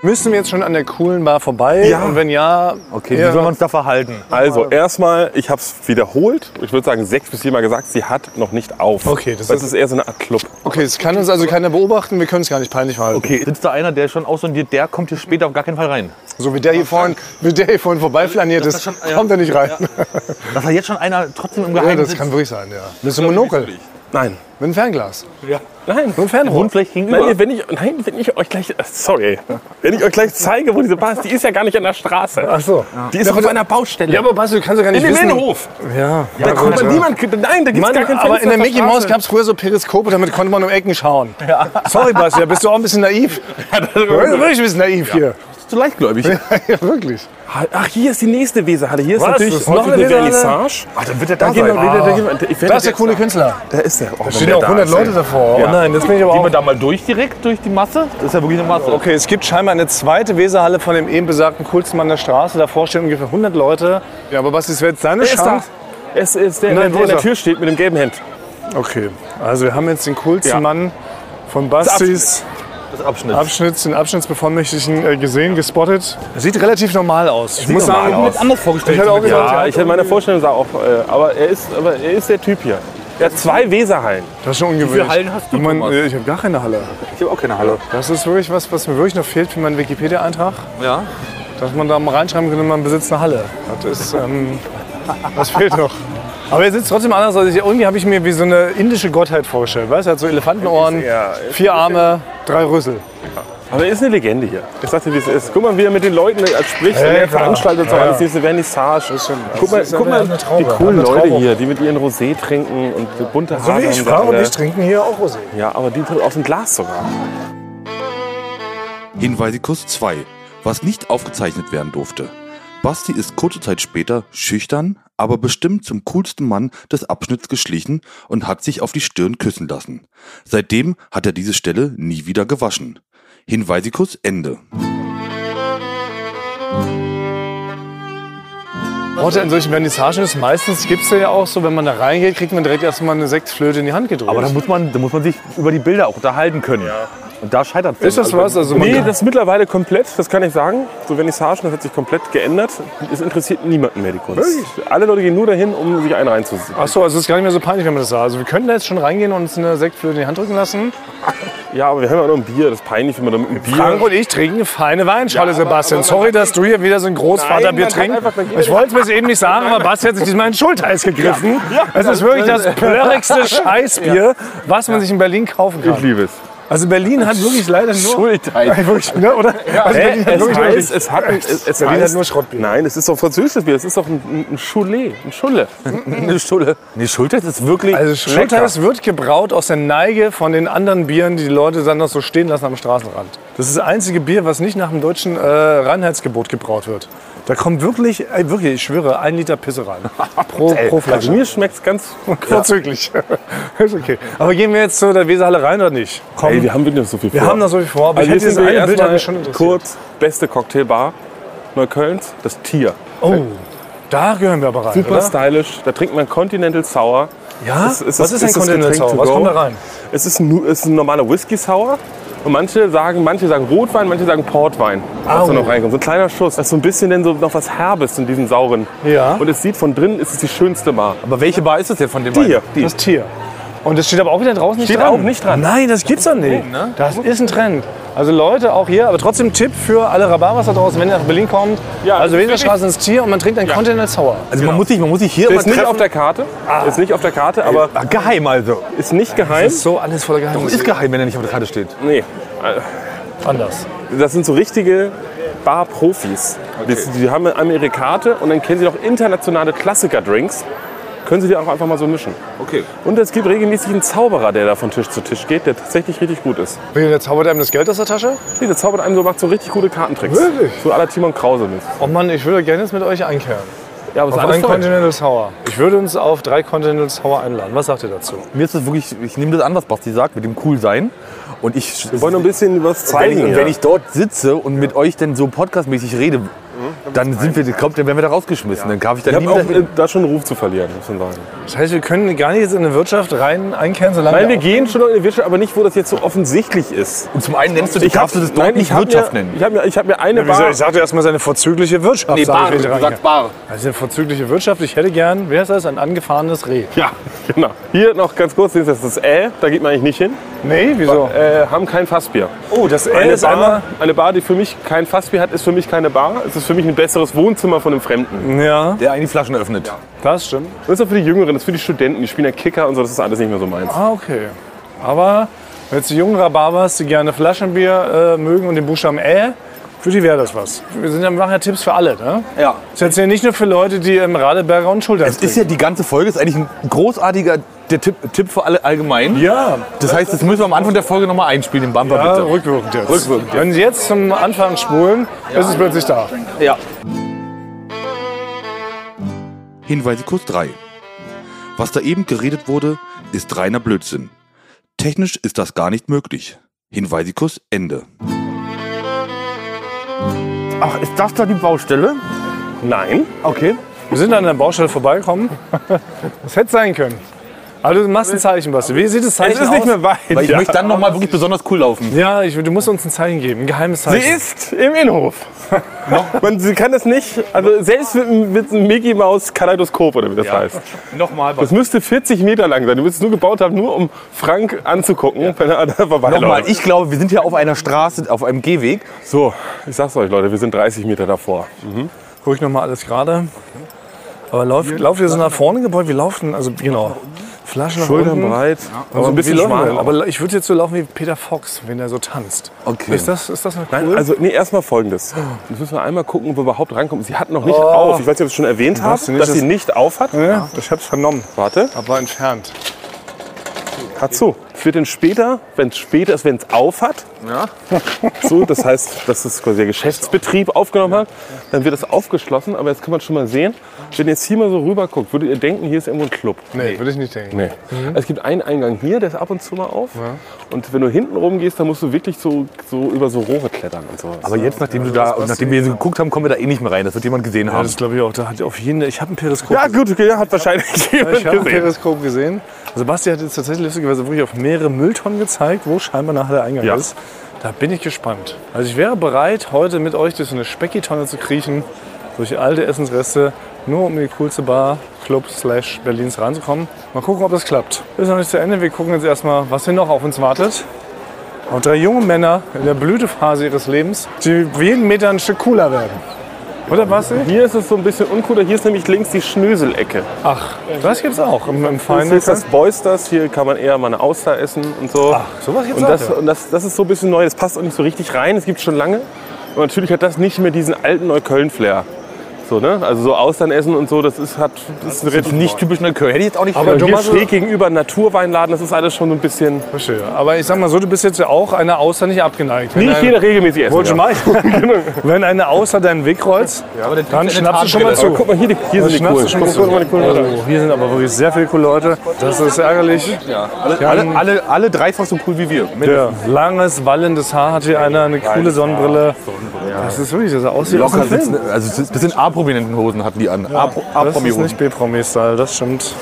Speaker 3: Müssen wir jetzt schon an der coolen Bar vorbei?
Speaker 4: Ja.
Speaker 3: Und wenn ja,
Speaker 5: Okay,
Speaker 3: Ja.
Speaker 5: wie sollen wir uns da verhalten?
Speaker 4: Also erstmal, ich habe es wiederholt. Ich würde sagen, sechs bis siebenmal gesagt, sie hat noch nicht auf.
Speaker 3: Okay, das
Speaker 4: das
Speaker 3: ist-
Speaker 4: ist, eher so eine Art Club.
Speaker 3: okay, es kann uns also keiner beobachten. Wir können es gar nicht peinlich verhalten.
Speaker 5: Okay, sitzt da einer, der schon aussondiert, der kommt hier später auf gar keinen Fall rein.
Speaker 3: So wie der hier vorhin, wie der hier vorhin vorbeiflaniert ist, kommt er nicht rein.
Speaker 5: Dass da jetzt schon einer trotzdem im
Speaker 3: Ja,
Speaker 5: Geheimen
Speaker 3: das
Speaker 5: sitzt.
Speaker 3: kann wirklich sein, ja. Mit einem Monokel,
Speaker 4: Nein.
Speaker 3: mit einem Fernglas,
Speaker 4: Nein.
Speaker 3: mit einem Fernrohr.
Speaker 5: Hund vielleicht gegenüber.
Speaker 4: Nein, nee, wenn ich, nein, wenn ich euch gleich, äh, sorry, wenn ich euch gleich zeige, wo diese Bar ist, die ist ja gar nicht an der Straße.
Speaker 3: Ach so.
Speaker 4: Die ist auf einer Baustelle.
Speaker 3: Ja, aber Basti, du kannst ja gar nicht
Speaker 4: in den
Speaker 3: wissen.
Speaker 4: Innenhof.
Speaker 3: Ja.
Speaker 4: Da kommt man niemand, nein, da gibt's
Speaker 3: Mann,
Speaker 4: gar kein Fenster.
Speaker 3: aber in der
Speaker 4: auf
Speaker 3: Mickey
Speaker 4: Straße.
Speaker 3: Mouse gab es früher so Periskope, damit konnte man um Ecken schauen. Sorry, Basti, da bist du auch ein bisschen naiv. wirklich ein bisschen naiv hier.
Speaker 5: Bist du leichtgläubig?
Speaker 3: ja, wirklich.
Speaker 4: Ach, hier ist die nächste Weserhalle. Hier ist
Speaker 3: Was?
Speaker 4: natürlich
Speaker 3: Das ist noch
Speaker 4: heute
Speaker 3: eine
Speaker 4: die
Speaker 3: Weserhalle?
Speaker 4: Vernissage.
Speaker 3: Ah,
Speaker 5: Ach, dann wird der
Speaker 4: Da
Speaker 5: da
Speaker 4: gehen
Speaker 5: sein.
Speaker 4: wir wieder, da gehen wir. ich werde
Speaker 3: Das ist der
Speaker 4: jetzt-
Speaker 3: coole Künstler.
Speaker 4: Da ist der. Oh,
Speaker 3: Da stehen ja auch 100 Leute davor. Oh nein, das bin ich aber
Speaker 5: Gehen
Speaker 3: auch.
Speaker 5: wir da mal durch direkt, durch die Masse? Das ist ja wirklich eine Masse.
Speaker 3: Okay, es gibt scheinbar eine zweite Weserhalle von dem eben besagten coolsten Mann der Straße. Davor stehen ungefähr 100 Leute. Ja, aber Basti, es wäre jetzt seine
Speaker 4: Wer ist da? Es ist der,
Speaker 3: Nein, wo
Speaker 4: der in
Speaker 3: ist
Speaker 4: der
Speaker 3: er?
Speaker 4: Tür steht mit dem gelben Hemd.
Speaker 3: Okay, also wir haben jetzt den coolsten
Speaker 4: Ja.
Speaker 3: Mann von Bastis
Speaker 5: Das Abschnitt.
Speaker 3: Abschnitt, den Abschnittsbevollmächtigten äh, gesehen, gespottet. Sieht relativ normal aus. Ich muss
Speaker 5: Ich hab mir das anders vorgestellt.
Speaker 3: Ich hätte auch
Speaker 5: Ja.
Speaker 3: gesagt,
Speaker 4: Ja, ich hätte meine Vorstellung sah auch, äh, aber er ist, aber er ist der Typ hier. Er hat zwei Weserhallen.
Speaker 3: Das ist schon ungewöhnlich.
Speaker 5: viele Hallen hast du,
Speaker 3: Ich mein,
Speaker 5: Thomas?
Speaker 3: äh, ich habe gar keine Halle.
Speaker 5: Ich habe auch keine Halle.
Speaker 3: Das ist wirklich was, was mir wirklich noch fehlt für meinen Wikipedia-Eintrag.
Speaker 5: Ja.
Speaker 3: Dass man da mal reinschreiben könnte, man besitzt eine Halle. Das ist, ähm, das fehlt noch. Aber er sitzt trotzdem anders. Also ich, irgendwie habe ich mir wie so eine indische Gottheit vorgestellt. Weißt du, er hat so Elefantenohren,
Speaker 4: Ja, ist
Speaker 3: vier Arme, drei Rüssel.
Speaker 4: Aber er ist eine Legende hier. Ich sagte, wie es ist. Guck mal, wie er mit den Leuten äh, spricht,
Speaker 3: Ja,
Speaker 4: wenn er
Speaker 3: klar.
Speaker 4: veranstaltet so
Speaker 3: Ja,
Speaker 4: alles
Speaker 3: ja.
Speaker 4: diese Vernissage. Guck mal,
Speaker 3: ist
Speaker 4: guck
Speaker 3: eine-
Speaker 4: mal,
Speaker 3: eine Traube.
Speaker 4: die coolen
Speaker 3: Eine Traube. Also
Speaker 4: Leute hier, die mit ihren Rosé trinken und die bunte Haare. haben.
Speaker 3: trinken Also hier auch Rosé.
Speaker 4: Ja, aber die aus dem Glas sogar.
Speaker 7: Hinweisikus 2, was nicht aufgezeichnet werden durfte. Basti ist kurze Zeit später schüchtern, aber bestimmt zum coolsten Mann des Abschnitts geschlichen und hat sich auf die Stirn küssen lassen. Seitdem hat er diese Stelle nie wieder gewaschen. Hinweisikus Ende.
Speaker 3: Orte in solchen Vernissagen ist meistens, gibt es ja auch so, wenn man da reingeht, kriegt man direkt erstmal eine Sektflöte in die Hand gedrückt.
Speaker 5: Aber da muss, man, da muss man sich über die Bilder auch unterhalten können. Und da scheitert es.
Speaker 3: Ist das was? Also man
Speaker 4: Nee,
Speaker 3: kann-
Speaker 4: das ist mittlerweile komplett, das kann ich sagen. So Vernissagen, das hat sich komplett geändert. Es interessiert niemanden mehr die Kunst. Alle Leute gehen nur dahin, um sich einen reinzusetzen.
Speaker 3: Ach so, also es ist gar nicht mehr so peinlich, wenn man das sah. Also wir können da jetzt schon reingehen und uns eine Sektflöte in die Hand drücken lassen.
Speaker 4: Ja, aber wir haben ja noch ein Bier, das ist peinlich, wenn man da mit einem Bier...
Speaker 3: Frank und ich trinken feine Weinschale, Sebastian. Sorry, dass du hier wieder so ein
Speaker 4: Nein, man
Speaker 3: Großvaterbier
Speaker 4: hat
Speaker 3: trinkst.
Speaker 4: einfach- man geht
Speaker 3: Ich wollte es mir eben nicht sagen, aber Basti hat sich diesmal in den Schultheiß gegriffen. Es ist wirklich das plörrigste Scheißbier, was man sich in Berlin kaufen kann.
Speaker 4: liebe es.
Speaker 3: Also Berlin hat wirklich leider nur... Schultheiß. Wirklich, ne, oder? Also
Speaker 4: Äh,
Speaker 3: Berlin hat
Speaker 4: es
Speaker 3: wirklich
Speaker 4: heißt, es hat, es, es
Speaker 3: Berlin hat
Speaker 4: heißt,
Speaker 3: nur Schrottbier.
Speaker 4: Nein, es ist doch französisches Bier, es ist doch ein, ein- ein Choulet, ein Schulle.
Speaker 5: Eine Schulter. Nee, Schulter ist wirklich.
Speaker 3: Also
Speaker 5: lecker.
Speaker 3: Schultheiß wird gebraut aus der Neige von den anderen Bieren, die die Leute dann noch so stehen lassen am Straßenrand. Das ist das einzige Bier, was nicht nach dem deutschen äh, Reinheitsgebot gebraut wird. Da kommt wirklich, ey, wirklich, ich schwöre, ein Liter Pisse rein. Pro, pro
Speaker 4: Also
Speaker 3: Flasche.
Speaker 4: mir schmeckt es ganz...
Speaker 3: Vorzüglich. ist okay. Aber gehen wir jetzt zu der Weserhalle rein oder nicht? Komm,
Speaker 4: Ey,
Speaker 3: wir,
Speaker 4: wir haben wieder so viel vor.
Speaker 3: haben da so viel vor. Aber
Speaker 4: Also
Speaker 3: ich
Speaker 4: hier
Speaker 3: hätte
Speaker 4: sind
Speaker 3: dieses
Speaker 4: wir
Speaker 3: eine Bild hat
Speaker 4: erstmal
Speaker 3: mich schon interessiert.
Speaker 4: kurz, beste Cocktailbar Neuköllns, das Tier.
Speaker 3: Oh, da gehören wir aber rein,
Speaker 4: Super
Speaker 3: oder?
Speaker 4: stylisch, da trinkt man Continental Sour.
Speaker 3: Ja?
Speaker 4: Es- es
Speaker 3: Was
Speaker 4: ist-
Speaker 3: ist ein
Speaker 4: es ist
Speaker 3: Continental Sour?
Speaker 4: Getränk to
Speaker 3: Was
Speaker 4: go.
Speaker 3: kommt da rein?
Speaker 4: Es ist ein, nu- es ist ein normaler Whisky Sour. Und manche sagen, manche sagen Rotwein, manche sagen Portwein, was da
Speaker 3: Au.
Speaker 4: noch reinkommt. So ein kleiner Schuss. Das ist so ein bisschen denn so noch was Herbes in diesem sauren.
Speaker 3: Ja.
Speaker 4: Und es sieht von drinnen, es ist die schönste Bar.
Speaker 5: Aber welche Bar ist das denn von dem
Speaker 4: Die hier, die.
Speaker 3: Das Tier. Und das steht aber auch wieder draußen nicht
Speaker 4: Steht
Speaker 3: dran.
Speaker 4: auch nicht dran.
Speaker 3: Nein, ne? das gibt's doch nicht. Das ist ein Trend. Also Leute, auch hier, aber trotzdem Tipp für alle Rhabarbers da draußen, wenn ihr nach Berlin kommt.
Speaker 4: Ja,
Speaker 3: also
Speaker 4: das ist
Speaker 3: Weserstraße ins Tier und man trinkt einen Continental Sour.
Speaker 5: Also man, muss sich, man muss sich hier
Speaker 4: Ist nicht auf der Karte,
Speaker 3: Ah.
Speaker 4: ist nicht auf der Karte, aber
Speaker 5: Ah, geheim also.
Speaker 4: ist nicht geheim.
Speaker 3: so alles voller Geheimnisse.
Speaker 5: Ist geheim, wenn er nicht auf der Karte steht.
Speaker 4: Nee,
Speaker 3: anders.
Speaker 4: das sind so richtige Bar-Profis. Das- Die haben einmal ihre Karte und dann kennen sie noch internationale Klassiker-Drinks. Können sie die auch einfach mal so mischen.
Speaker 5: Okay.
Speaker 4: Und es gibt regelmäßig einen Zauberer, der da von Tisch zu Tisch geht, der tatsächlich richtig gut ist.
Speaker 3: Wie, der zaubert einem das Geld aus der Tasche?
Speaker 4: Nee, der zaubert einem so, macht so richtig gute Kartentricks.
Speaker 3: Wirklich?
Speaker 4: So aller Timon Krause mäßig.
Speaker 3: Oh Mann, ich würde gerne jetzt mit euch einkehren.
Speaker 4: Ja, aber es
Speaker 3: Auf einen Continental Sour. Ich würde uns auf drei Continental Sour einladen. Was sagt ihr dazu?
Speaker 5: Mir ist das wirklich, ich nehme das an, was Basti sagt, mit dem cool sein. Und ich,
Speaker 4: Wir wollen noch ein bisschen was
Speaker 5: wenn,
Speaker 4: zeigen.
Speaker 5: ich,
Speaker 4: hier.
Speaker 5: wenn ich dort sitze und mit euch dann so podcastmäßig rede, dann sind wir, kommt, dann werden wir da rausgeschmissen. Dann darf ich
Speaker 4: ich
Speaker 5: dann
Speaker 4: habe auch äh,
Speaker 5: wieder.
Speaker 4: da schon einen Ruf zu verlieren, muss man sagen.
Speaker 3: Das heißt, wir können gar nicht jetzt in eine Wirtschaft rein einkehren, solange
Speaker 4: Nein, wir
Speaker 3: auch-
Speaker 4: gehen schon noch in die Wirtschaft, aber nicht, wo das jetzt so offensichtlich ist.
Speaker 5: Und zum einen nennst du dich, darfst du das dort nicht
Speaker 4: hab
Speaker 5: Wirtschaft
Speaker 4: mir,
Speaker 5: nennen.
Speaker 4: Ich habe mir, ich hab mir eine
Speaker 3: Wie gesagt,
Speaker 4: Bar...
Speaker 3: ich sagte erstmal seine vorzügliche Wirtschaft. Nee, Bar, ich, gesagt Bar. Also eine vorzügliche Wirtschaft. Ich hätte gern, wie heißt das, ein angefahrenes Reh.
Speaker 4: Ja, genau. Hier noch ganz kurz, das ist das Äh, da geht man eigentlich nicht hin.
Speaker 3: Nee, wieso?
Speaker 4: Äh, haben kein Fassbier.
Speaker 3: Oh, das L
Speaker 4: Eine
Speaker 3: ist einmal...
Speaker 4: Bar, eine Bar, die für mich kein Fassbier hat, ist für mich keine Bar. Es ist für mich ein besseres Wohnzimmer von einem Fremden.
Speaker 3: Ja,
Speaker 5: Der einen die Flaschen öffnet.
Speaker 3: das stimmt.
Speaker 4: Das ist auch für die Jüngeren, das ist für die Studenten, die spielen ja Kicker und so, das ist alles nicht mehr so meins.
Speaker 3: Ah, okay. Aber jetzt die jungen Rhabarbers, die gerne Flaschenbier äh, mögen und den Buchstaben Ä, für die wäre das was. Wir sind ja, wir machen ja Tipps für alle, ne?
Speaker 5: Ja.
Speaker 3: Das ist jetzt hier nicht nur für Leute, die im Radeberger und Schulter
Speaker 5: Es ist ja die ganze Folge, ist eigentlich ein großartiger der Tipp, Tipp für alle allgemein.
Speaker 3: ja,
Speaker 5: Das heißt, das müssen wir am Anfang der Folge nochmal einspielen, den Bumper
Speaker 3: ja,
Speaker 5: bitte.
Speaker 3: rückwirkend jetzt.
Speaker 5: Rückwirkend
Speaker 3: Wenn Sie jetzt zum Anfang spulen, ist es plötzlich da.
Speaker 7: Hinweisikus 3. Was da eben geredet wurde, ist reiner Blödsinn. Technisch ist das gar nicht möglich. Hinweisikus Ende.
Speaker 5: Ach, ist das da die Baustelle?
Speaker 4: Nein.
Speaker 5: Okay.
Speaker 3: Wir sind an der Baustelle vorbeigekommen. Das hätte sein können. Aber du machst ein Zeichen, Basti. Wie sieht das Zeichen aus?
Speaker 4: weit.
Speaker 5: Weil ich möchte dann nochmal wirklich besonders cool laufen.
Speaker 3: Ja, ich, du musst uns ein Zeichen geben, ein geheimes
Speaker 4: Sie
Speaker 3: Zeichen.
Speaker 4: ist im Innenhof. Man sie kann das nicht, also selbst mit, einem- mit einem Mickey Maus Kaleidoskop oder wie das heißt.
Speaker 5: Nochmal,
Speaker 4: Das müsste 40 Meter lang sein. Du müsstest es nur gebaut haben, nur um Frank anzugucken, wenn er da vorbeiläuft.
Speaker 5: Nochmal, ich glaube, wir sind hier auf einer Straße, auf einem Gehweg.
Speaker 4: So, ich sag's euch, Leute, wir sind 30 Meter davor.
Speaker 3: Guck ich nochmal alles gerade. Aber lauft ihr so nach vorne gebeugt? Wie laufen? Also genau. Flaschen nach unten. Also
Speaker 4: Und so Also ein bisschen
Speaker 3: Wie laufen wir
Speaker 4: schmal.
Speaker 3: denn? Aber ich würde jetzt so laufen wie Peter Fox, wenn er so tanzt.
Speaker 5: Okay.
Speaker 3: Ist das, ist das noch cool?
Speaker 4: Nein, also nee, erstmal folgendes. Jetzt müssen wir einmal gucken, ob wir überhaupt rankommen. Sie hat noch nicht auf. Ich weiß nicht, ob ich es schon erwähnt habe,
Speaker 3: du Oh. nicht,
Speaker 4: dass
Speaker 3: dass-
Speaker 4: sie nicht auf hat.
Speaker 3: ja, ich hab's vernommen.
Speaker 4: Warte,
Speaker 3: Aber entfernt.
Speaker 4: hat zu. Für den später, wenn es später ist, wenn es auf hat. So, das heißt, dass es quasi der Geschäftsbetrieb aufgenommen hat. Dann wird das aufgeschlossen. Aber jetzt kann man schon mal sehen, wenn ihr jetzt hier mal so rüber guckt, würdet ihr denken, hier ist irgendwo ein Club.
Speaker 3: Nee, würde ich nicht denken. Mhm.
Speaker 4: Nee. Also es gibt einen Eingang hier, der ist ab und zu mal auf. Und wenn du hinten rumgehst, dann musst du wirklich so, so über so Rohre klettern und sowas.
Speaker 5: Aber jetzt, nachdem, du da, nachdem wir so geguckt haben, kommen wir da eh nicht mehr rein. Das wird jemand gesehen
Speaker 3: Ja,
Speaker 5: haben.
Speaker 3: das glaube ich auch. Da hat auf jeden, ich habe ein Periskop
Speaker 4: ja gut, okay, hat wahrscheinlich jemand
Speaker 3: Ich habe ein
Speaker 4: gesehen.
Speaker 3: Periskop gesehen. Also Basti hat jetzt tatsächlich lustigerweise wirklich auf mehrere Mülltonnen gezeigt, wo scheinbar nachher der Eingang
Speaker 4: Ja.
Speaker 3: ist. Da bin ich gespannt. Also ich wäre bereit, heute mit euch durch so eine Speckitonne zu kriechen, durch alte Essensreste, nur um in die coolste Bar, Club slash Berlins reinzukommen. Mal gucken, ob das klappt. Ist noch nicht zu Ende. Wir gucken jetzt erstmal, was hier noch auf uns wartet. Und drei junge Männer in der Blütephase ihres Lebens, die jeden Meter ein Stück cooler werden. Oder Basti?
Speaker 4: Hier ist es so ein bisschen uncooler. Hier ist nämlich links die Schnöselecke.
Speaker 3: Ach, das gibt's auch im, im
Speaker 4: Hier ist
Speaker 3: Feinen.
Speaker 4: das Boysters. Hier kann man eher mal eine Auster essen und so.
Speaker 3: Sowas gibt's
Speaker 4: Und das,
Speaker 3: ja.
Speaker 4: und das, das ist so ein bisschen neu, das passt auch nicht so richtig rein, es gibt schon lange. Und natürlich hat das nicht mehr diesen alten Neukölln-Flair. So, ne? Also so Austern essen und so, das ist, hat, das ist relativ nicht typisch Neukölln. Hätte ich jetzt auch nicht Aber
Speaker 3: gedacht.
Speaker 4: hier
Speaker 3: Thomas-
Speaker 4: schräg gegenüber ein Naturweinladen, das ist alles schon so ein bisschen...
Speaker 3: Verstehe. Aber ich sag mal so, du bist jetzt ja auch einer Außer nicht abgeneigt. Wenn
Speaker 4: Nicht
Speaker 3: eine-
Speaker 4: jeder regelmäßig essen.
Speaker 3: Wollte ich Genau. mal. Wenn eine Außer deinen Weg kreuzt, dann schnappst du schon mal
Speaker 4: Aber
Speaker 3: zu.
Speaker 4: genau. guck mal, hier, die, hier
Speaker 3: Dann
Speaker 4: sind die
Speaker 3: schnappst du
Speaker 4: coolen.
Speaker 3: schon mal
Speaker 4: Guck mal, die
Speaker 3: zu.
Speaker 4: coolen Leute.
Speaker 3: Also, hier sind aber wirklich sehr viele coole Leute. Das ist ärgerlich.
Speaker 5: Alle, alle, alle, alle dreifach so cool wie wir.
Speaker 3: Ja. Langes, wallendes Haar hat hier einer, eine coole Sonnenbrille. Das ist wirklich, das aussieht aus
Speaker 5: Locker
Speaker 3: dem Film.
Speaker 5: sitzen. Also das sind A-prominenten Hosen hatten die an.
Speaker 3: Das ist
Speaker 5: A-Promi-Hosen.
Speaker 3: nicht B-Promi-Style, das stimmt.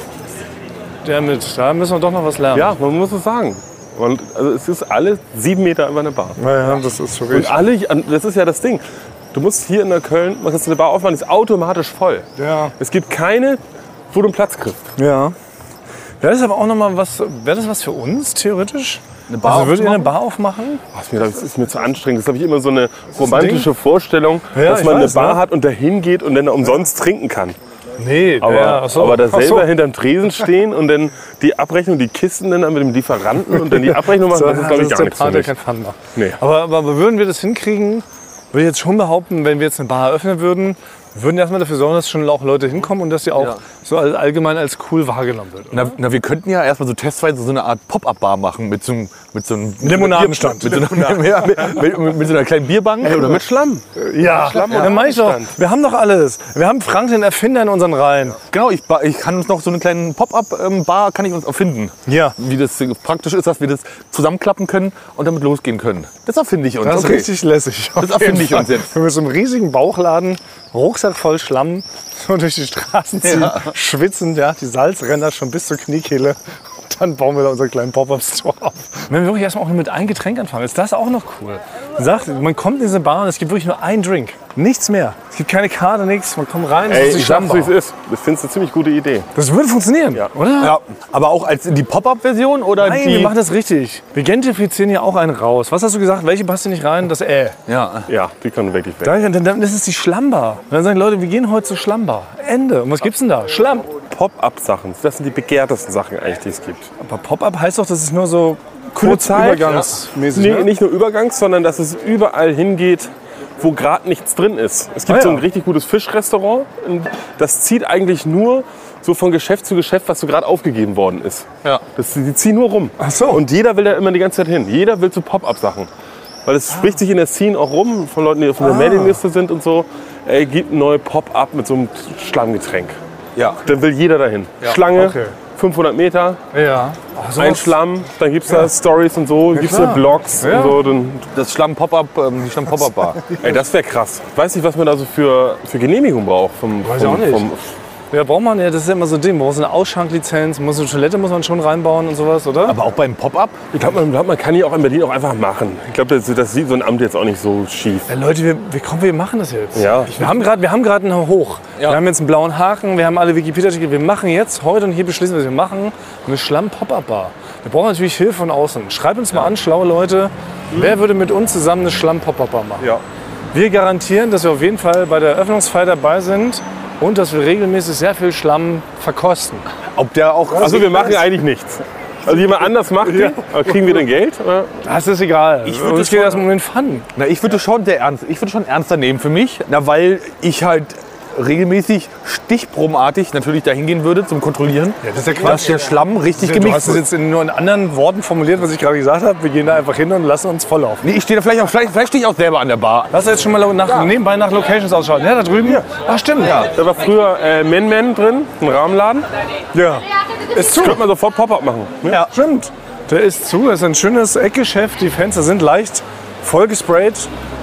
Speaker 3: Der mit, da müssen wir doch noch was lernen.
Speaker 4: Ja, man muss es sagen. Man, also es ist alle sieben Meter einfach eine Bar.
Speaker 3: Naja, das ist wirklich.
Speaker 4: Und alle, das ist ja das Ding. Du musst hier in Neukölln, kannst du eine Bar aufmachen, die ist automatisch voll.
Speaker 3: Ja.
Speaker 4: Es gibt keine, wo du einen Platz kriegst.
Speaker 3: Ja. Wäre das aber auch nochmal was, wäre das was für uns, theoretisch? Eine
Speaker 5: Bar
Speaker 3: also würdet ihr eine Bar aufmachen?
Speaker 4: Ach, ist mir, das ist mir zu anstrengend. Das habe ich immer so eine romantische Vorstellung,
Speaker 3: Ja,
Speaker 4: dass
Speaker 3: ich
Speaker 4: man
Speaker 3: weiß,
Speaker 4: eine Bar
Speaker 3: ne?
Speaker 4: hat und da hingeht und dann umsonst trinken kann.
Speaker 3: Nee,
Speaker 4: Aber, aber da
Speaker 3: das
Speaker 4: selber hinterm Tresen stehen und dann die Abrechnung, die Kisten dann mit dem Lieferanten und dann die Abrechnung machen,
Speaker 3: so,
Speaker 4: das ist, glaube ich,
Speaker 3: das
Speaker 4: gar
Speaker 3: ist der
Speaker 4: nichts für
Speaker 3: Part, der kein Fun
Speaker 4: mich.
Speaker 3: macht.
Speaker 4: Nee.
Speaker 3: Aber, aber würden wir das hinkriegen, würde ich jetzt schon behaupten, wenn wir jetzt eine Bar eröffnen würden, wir würden erstmal dafür sorgen, dass schon auch Leute hinkommen und dass sie auch so all- allgemein als cool wahrgenommen wird.
Speaker 5: Na, na, wir könnten ja erstmal so testweise so eine Art Pop-Up-Bar machen mit so einem, mit so einem
Speaker 3: Limonadenstand.
Speaker 5: Mit so einer, ja, mit, mit, mit so einer kleinen Bierbank. oder mit Schlamm.
Speaker 3: Ja, dann meine ich doch, wir haben doch alles. Wir haben Frank den Erfinder in unseren Reihen.
Speaker 5: Genau, ich, ba- ich kann uns noch so einen kleinen Pop-Up-Bar kann ich uns erfinden.
Speaker 3: Ja.
Speaker 5: Wie das praktisch ist, dass wir das zusammenklappen können und damit losgehen können. Das erfinde ich uns.
Speaker 3: Das
Speaker 5: Okay.
Speaker 3: ist richtig lässig.
Speaker 5: Das erfinde ich uns jetzt.
Speaker 3: Wenn wir mit so einem riesigen Bauchladen, Rucksack voll Schlamm, so durch die Straßen ziehen, schwitzend, ja, die Salzränder schon bis zur Kniekehle. Und Dann bauen wir da unseren kleinen Pop-Up-Store auf. Wenn wir wirklich erstmal auch nur mit einem Getränk anfangen, ist das auch noch cool. Man sagt, man kommt in diese Bar und es gibt wirklich nur einen Drink. Nichts mehr. Es gibt keine Karte, nichts. Man kommt rein, es
Speaker 4: Ey,
Speaker 3: die
Speaker 4: ich sag's, wie
Speaker 3: Schlammbar.
Speaker 4: es ist. Das findest du eine ziemlich gute Idee.
Speaker 3: Das würde funktionieren, oder?
Speaker 5: Ja, aber auch als die Pop-Up-Version oder
Speaker 3: Nein,
Speaker 5: die.
Speaker 3: wir machen das richtig. Wir gentrifizieren hier auch einen raus. Was hast du gesagt? Welche passt hier nicht rein? Das Äh.
Speaker 5: ja.
Speaker 4: Ja, die können wirklich weg.
Speaker 3: Dann, dann, dann ist es die Schlammbar. Und dann sagen Leute, wir gehen heute zur Schlammbar. Ende. Und was gibt's denn da? Schlamm.
Speaker 4: Pop-Up-Sachen, das sind die begehrtesten Sachen eigentlich, die es gibt.
Speaker 3: Aber Pop-up heißt doch, das ist nur so
Speaker 4: Übergangsmäßig. ne?
Speaker 3: ne?
Speaker 4: Nee, nicht nur Übergangs, sondern dass es überall hingeht, wo gerade nichts drin ist. Es gibt
Speaker 3: Ah,
Speaker 4: so
Speaker 3: ja.
Speaker 4: ein richtig gutes Fischrestaurant. und Das zieht eigentlich nur so von Geschäft zu Geschäft, was so gerade aufgegeben worden ist.
Speaker 5: Ja.
Speaker 4: Das, die ziehen nur rum.
Speaker 3: Ach so.
Speaker 4: Und jeder will da immer die ganze Zeit hin. Jeder will zu Pop-Up-Sachen. Weil
Speaker 3: Ah.
Speaker 4: es spricht sich in der Szene auch rum, von Leuten, die auf der Mailingliste sind und so. Ey, gibt ein neues Pop-Up mit so einem Schlammgetränk.
Speaker 5: Ja.
Speaker 4: Dann will jeder dahin. Schlange,
Speaker 3: okay.
Speaker 4: 500 Meter,
Speaker 3: Ja. Oh, sowas-
Speaker 4: ein Schlamm, dann gibt es da Stories und so, gibt es da
Speaker 3: klar.
Speaker 4: Blogs
Speaker 3: Ja.
Speaker 4: und so. Dann,
Speaker 5: Das Schlamm-Pop-Up, ähm, die Schlamm-Pop-Up-Bar.
Speaker 4: ey, das wäre krass. Ich weiß nicht, was man da so für, für Genehmigung braucht. Vom,
Speaker 3: Weiß ich
Speaker 4: vom,
Speaker 3: auch nicht.
Speaker 4: Vom,
Speaker 3: Ja, braucht man ja, das ist ja immer so ein Ding. Man braucht so eine Ausschanklizenz, muss eine Toilette muss man schon reinbauen und sowas, oder?
Speaker 5: aber auch beim Pop-Up?
Speaker 4: ich glaube, man, glaub, man kann die auch in Berlin auch einfach machen. Ich glaube, das, das sieht so ein Amt jetzt auch nicht so schief.
Speaker 3: Ja, Äh, Leute, wir, wir, kommen, wir machen das jetzt.
Speaker 4: Ja.
Speaker 3: Wir haben gerade wir haben gerade einen Hoch. Wir haben jetzt einen blauen Haken, wir haben alle Wikipedia-Artikel. Wir machen jetzt, heute und hier beschließen wir, was wir machen, eine Schlamm-Pop-Up-Bar. Wir brauchen natürlich Hilfe von außen. Schreibt uns mal an, schlaue Leute, wer würde mit uns zusammen eine Schlamm-Pop-Up-Bar machen?
Speaker 4: Ja.
Speaker 3: Wir garantieren, dass wir auf jeden Fall bei der Eröffnungsfeier dabei sind und dass wir regelmäßig sehr viel Schlamm verkosten.
Speaker 5: Ob der auch.
Speaker 4: Also wir machen eigentlich nichts. Also jemand anders macht die, aber kriegen wir dann Geld? Oder?
Speaker 3: Das ist egal.
Speaker 5: Ich würde
Speaker 3: Uns
Speaker 5: das
Speaker 3: geht
Speaker 5: schon-
Speaker 3: erstmal um den Fun.
Speaker 5: Na, ich würde schon der ernst, ich würde schon ernster nehmen für mich, na, weil ich halt regelmäßig stichprobenartig natürlich dahin gehen würde zum Kontrollieren,
Speaker 3: das ist ja
Speaker 5: dass der Schlamm richtig
Speaker 3: Du hast
Speaker 5: gemixt
Speaker 3: es
Speaker 5: ist.
Speaker 3: jetzt in nur in anderen Worten formuliert, was ich gerade gesagt habe. Wir gehen da einfach hin und lassen uns volllaufen.
Speaker 5: Nee, ich stehe da vielleicht auch, vielleicht, vielleicht stehe ich auch selber an der Bar.
Speaker 3: Lass uns jetzt schon mal nach, nebenbei nach Locations ausschalten. Ja, da drüben. Ach, stimmt. Ja.
Speaker 4: Da war früher äh, Men Men drin, ein Rahmenladen.
Speaker 3: ja. Ist zu.
Speaker 4: Das könnte man sofort Pop-Up machen.
Speaker 3: Ja. Stimmt. Der ist zu. Das ist ein schönes Eckgeschäft. Die Fenster sind leicht vollgesprayt.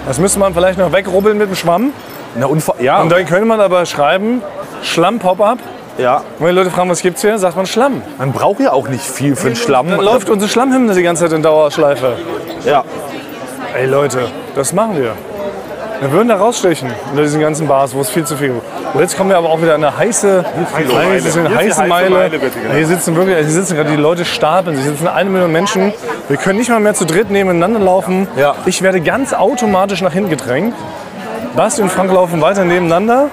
Speaker 3: Das müsste man vielleicht noch wegrubbeln mit dem Schwamm. Ah,
Speaker 5: Na, und, vor- ja,
Speaker 3: Und dann könnte man aber schreiben, Schlamm-Pop-Up
Speaker 5: Ja.
Speaker 3: Und wenn die Leute fragen, was gibt's hier, sagt man Schlamm.
Speaker 5: Man braucht ja auch nicht viel für den Schlamm.
Speaker 3: Dann läuft unsere Schlammhymne die ganze Zeit in Dauerschleife.
Speaker 5: Ja.
Speaker 3: Ey Leute, das machen wir. Wir würden da rausstechen unter diesen ganzen Bars, wo es viel zu viel gibt. Und jetzt kommen wir aber auch wieder in eine heiße, heiße, heiße,
Speaker 4: Jetzt die heiße
Speaker 3: Meile.
Speaker 4: Meile, bitte, genau.
Speaker 3: Hier sitzen wirklich, hier sitzen gerade die Leute stapeln. Hier sitzen eine Million Menschen. Wir können nicht mal mehr zu dritt nebeneinander laufen.
Speaker 5: Ja.
Speaker 3: Ich werde ganz automatisch nach hinten gedrängt. Basti und Frank laufen weiter nebeneinander.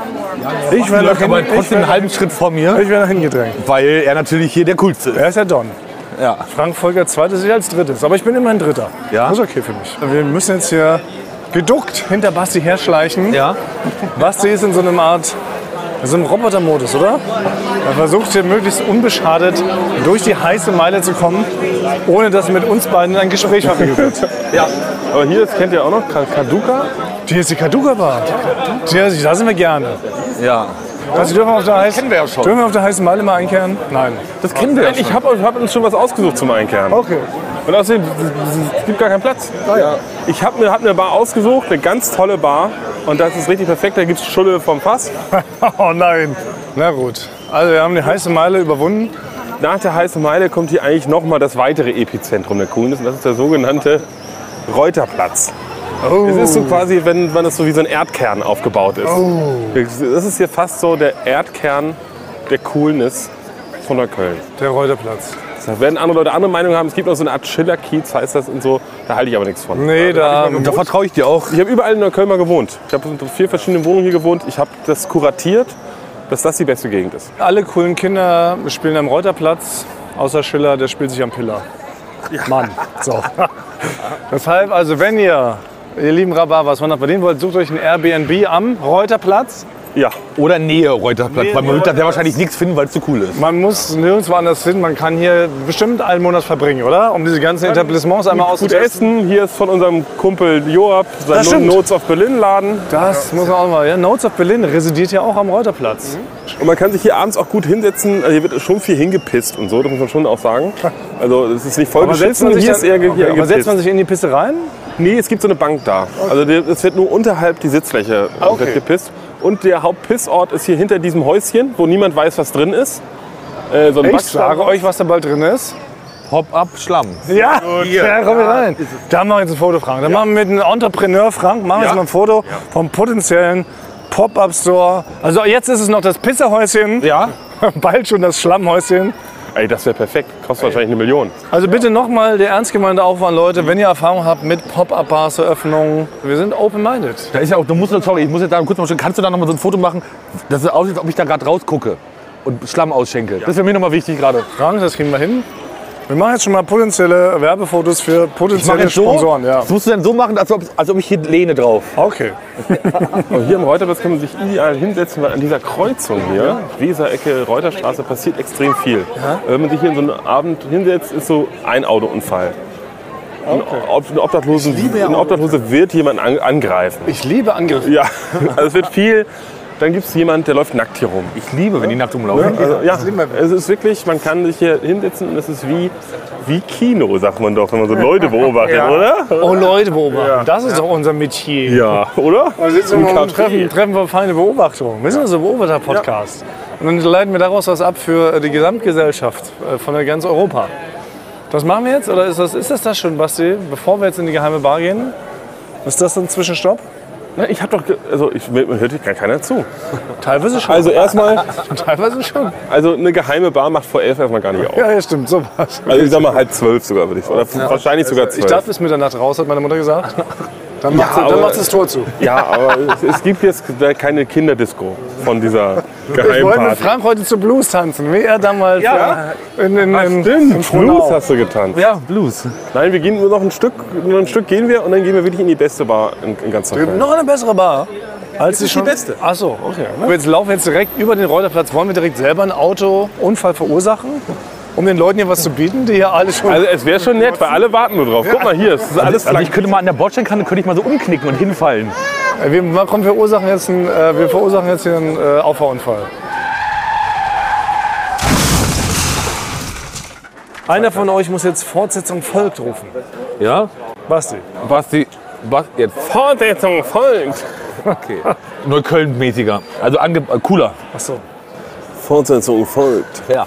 Speaker 3: Ich werde nach
Speaker 5: läuft aber
Speaker 3: hinten, ich
Speaker 5: trotzdem einen
Speaker 3: werde,
Speaker 5: halben Schritt vor mir,
Speaker 3: ich werde nach hinten gedrängt.
Speaker 5: weil er natürlich hier der Coolste ist.
Speaker 3: Er ist der Don.
Speaker 5: Ja.
Speaker 3: Frank Volker zweites, ich als drittes. Aber ich bin immerhin dritter.
Speaker 5: Ja.
Speaker 3: Das ist okay für mich. Wir müssen jetzt hier geduckt hinter Basti herschleichen.
Speaker 5: Ja.
Speaker 3: Basti ist in so einer Art, in so einem Robotermodus, oder? Er versucht hier möglichst unbeschadet durch die heiße Meile zu kommen, ohne dass mit uns beiden ein Gespräch verwickelt wird.
Speaker 4: Aber hier, das kennt ihr auch noch, Kaduka.
Speaker 3: Hier ist die Kaduka Bar. Hier, da sind wir gerne.
Speaker 5: Ja.
Speaker 3: Also dürfen wir auf der heißen,
Speaker 5: kennen wir ja schon.
Speaker 3: Dürfen wir auf der heißen Meile mal einkehren? Nein.
Speaker 4: Das kennen wir. Ich habe hab uns schon was ausgesucht zum Einkehren.
Speaker 3: Okay.
Speaker 4: Und außerdem, es gibt gar keinen Platz. Ich habe mir hab eine Bar ausgesucht, eine ganz tolle Bar. Und das ist richtig perfekt. Da gibt es Schulle vom Fass.
Speaker 3: oh nein. Na gut. Also wir haben die heiße Meile überwunden.
Speaker 4: Nach der heißen Meile kommt hier eigentlich nochmal das weitere Epizentrum der Coolness. Und das ist der sogenannte Reuterplatz. Es ist so quasi, wenn, wenn das so wie so ein Erdkern aufgebaut ist. Das ist hier fast so der Erdkern der Coolness von Neukölln.
Speaker 3: Der Reuterplatz.
Speaker 4: Da werden andere Leute andere Meinungen haben. Es gibt noch so eine Art Schiller-Kiez, heißt das und so. Da halte ich aber nichts von.
Speaker 3: Nee, da,
Speaker 5: Da vertraue ich dir auch.
Speaker 4: Ich habe überall in Neukölln mal gewohnt. Ich habe in vier verschiedenen Wohnungen hier gewohnt. Ich habe das kuratiert, dass das die beste Gegend ist.
Speaker 3: alle coolen Kinder spielen am Reuterplatz, außer Schiller, der spielt sich am Piller. Mann. So. Deshalb, also wenn ihr, ihr lieben Rhabarbers, wenn ihr bei denen wollt, sucht euch ein Airbnb am Reuterplatz.
Speaker 4: Ja,
Speaker 5: Oder Nähe Reuterplatz,
Speaker 3: Nähe
Speaker 5: weil man wird da
Speaker 3: Reuterplatz.
Speaker 5: sehr wahrscheinlich nichts finden, weil es zu cool ist.
Speaker 3: Man muss nirgendwo anders hin, man kann hier bestimmt einen Monat verbringen, oder? Um diese ganzen Etablissements einmal
Speaker 4: gut
Speaker 3: auszutesten.
Speaker 4: essen. Hier ist von unserem Kumpel Joab
Speaker 3: Das
Speaker 4: sein
Speaker 3: stimmt.
Speaker 4: Notes of Berlin Laden.
Speaker 3: Das muss man auch mal, ja. Notes of Berlin residiert ja auch am Reuterplatz.
Speaker 4: Und man kann sich hier abends auch gut hinsetzen. Also hier wird schon viel hingepisst und so, das muss man schon auch sagen. Also es ist nicht voll hier ist eher ge- hier
Speaker 3: okay, aber setzt
Speaker 4: gepisst.
Speaker 3: man sich in die Pisse rein?
Speaker 4: Nee, es gibt so eine Bank da. Also die- es wird nur unterhalb die Sitzfläche
Speaker 3: Ah,
Speaker 4: wird gepisst. Und der Hauptpissort ist hier hinter diesem Häuschen, wo niemand weiß, was drin ist. Äh, so ein
Speaker 3: Ich
Speaker 4: Backstamm.
Speaker 3: sage euch, was da bald drin ist.
Speaker 5: Hop-up, Schlamm.
Speaker 3: Ja, da kommen wir rein. Da machen wir jetzt ein Foto, Frank. Da machen wir mit einem Entrepreneur, Frank, machen wir jetzt mal ein Foto vom potenziellen Pop-Up-Store. Also jetzt ist es noch das Pisserhäuschen,
Speaker 5: Ja.
Speaker 3: bald schon das Schlammhäuschen.
Speaker 4: Ey, das wäre perfekt. Kostet wahrscheinlich eine Million.
Speaker 3: Also bitte nochmal der ernst gemeinte Aufwand, Leute, wenn ihr Erfahrung habt mit Pop-Up-Bars, Eröffnungen. Wir sind open-minded.
Speaker 5: Da ist ja auch, du musst, sorry, ich muss jetzt da kurz mal stehen. Kannst du da noch mal so ein Foto machen, dass es aussieht, als ob ich da gerade rausgucke und Schlamm ausschenke? Das ist für mich noch mal wichtig gerade.
Speaker 3: Frank, das kriegen wir hin. Wir machen jetzt schon mal potenzielle Werbefotos für potenzielle Sponsoren. Ja.
Speaker 5: Das musst du dann so machen, als ob, als ob ich hier lehne drauf.
Speaker 3: Okay.
Speaker 4: Und hier im Reuterplatz kann man sich ideal hinsetzen, weil an dieser Kreuzung hier, Weser-Ecke, Reuterstraße, passiert extrem viel. Wenn man sich hier in so einen Abend hinsetzt, ist so ein Autounfall. Ein Ob- Ein Obdachlosen, ein Obdachlose wird jemanden an, angreifen.
Speaker 3: Ich liebe Angriffe.
Speaker 4: Ja, also es wird viel. Dann gibt es jemanden, der läuft nackt hier rum.
Speaker 5: Ich liebe, wenn die nackt rumlaufen.
Speaker 4: Also, ja, es ist wirklich, man kann sich hier hinsetzen und es ist wie, wie Kino, sagt man doch, wenn man so Leute beobachtet, oder?
Speaker 3: Oh, Leute beobachten. Das ist doch unser Metier.
Speaker 4: Ja, oder?
Speaker 3: Da sitzen
Speaker 4: Im
Speaker 3: wir mal und
Speaker 4: Café.
Speaker 3: treffen, treffen wir feine Beobachtungen. Wir sind so ein Beobachter-Podcast. Und dann leiten wir daraus was ab für äh, die Gesamtgesellschaft äh, von der ganz Europa. Das machen wir jetzt? Oder ist das, ist das das schon, Basti? Bevor wir jetzt in die geheime Bar gehen? Ist das ein Zwischenstopp?
Speaker 4: Na, ich hab doch, ge- also ich, mir mir hört hier gar keiner zu.
Speaker 3: Teilweise schon.
Speaker 4: Also erstmal,
Speaker 3: Teilweise schon.
Speaker 4: also eine geheime Bar macht vor elf erstmal gar nicht auf.
Speaker 3: Ja, ja stimmt. So war's.
Speaker 4: Also ich sag mal halb zwölf sogar, würde ich sagen. Oder wahrscheinlich sogar
Speaker 3: Ich
Speaker 4: zwölf.
Speaker 3: darf bis Mitternacht raus, hat meine Mutter gesagt. Dann macht, sie, dann
Speaker 4: aber-
Speaker 3: macht sie das Tor zu.
Speaker 4: ja, aber es, es gibt jetzt keine Kinderdisco von dieser
Speaker 3: Ich wollte mit
Speaker 4: Geheimparty.
Speaker 3: Frank heute zu Blues tanzen, wie er damals
Speaker 4: Ja.
Speaker 3: äh, in, in, in, in
Speaker 4: Stimmt,
Speaker 3: Frohnau.
Speaker 4: Blues hast du getan.
Speaker 5: Ja, Blues.
Speaker 4: Nein, wir gehen nur noch ein Stück, nur ein Stück gehen wir und dann gehen wir wirklich in die beste Bar in, in ganz Neukölln.
Speaker 3: Noch eine bessere Bar. Als die, schon... beste. Ach so, okay. Wir jetzt laufen jetzt direkt über den Reuterplatz. Wollen wir direkt selber einen Autounfall verursachen? Um den Leuten hier was zu bieten, die hier alle schon.
Speaker 4: Also es wäre schon nett, weil alle warten nur drauf. Guck mal hier, es ist alles
Speaker 5: Also
Speaker 4: flach.
Speaker 5: ich könnte mal an der Bordsteinkante könnte ich mal so umknicken und hinfallen.
Speaker 3: Äh, wir, mal komm, wir verursachen jetzt einen, äh, wir verursachen jetzt hier einen äh, Auffahrunfall. Einer von euch muss jetzt Fortsetzung folgt rufen.
Speaker 5: Ja?
Speaker 3: Basti.
Speaker 5: Basti, Bas, jetzt
Speaker 4: Fortsetzung folgt.
Speaker 5: Neukölln-mäßiger. Also ange äh, cooler.
Speaker 3: Achso.
Speaker 4: Fortsetzung folgt.
Speaker 5: Ja.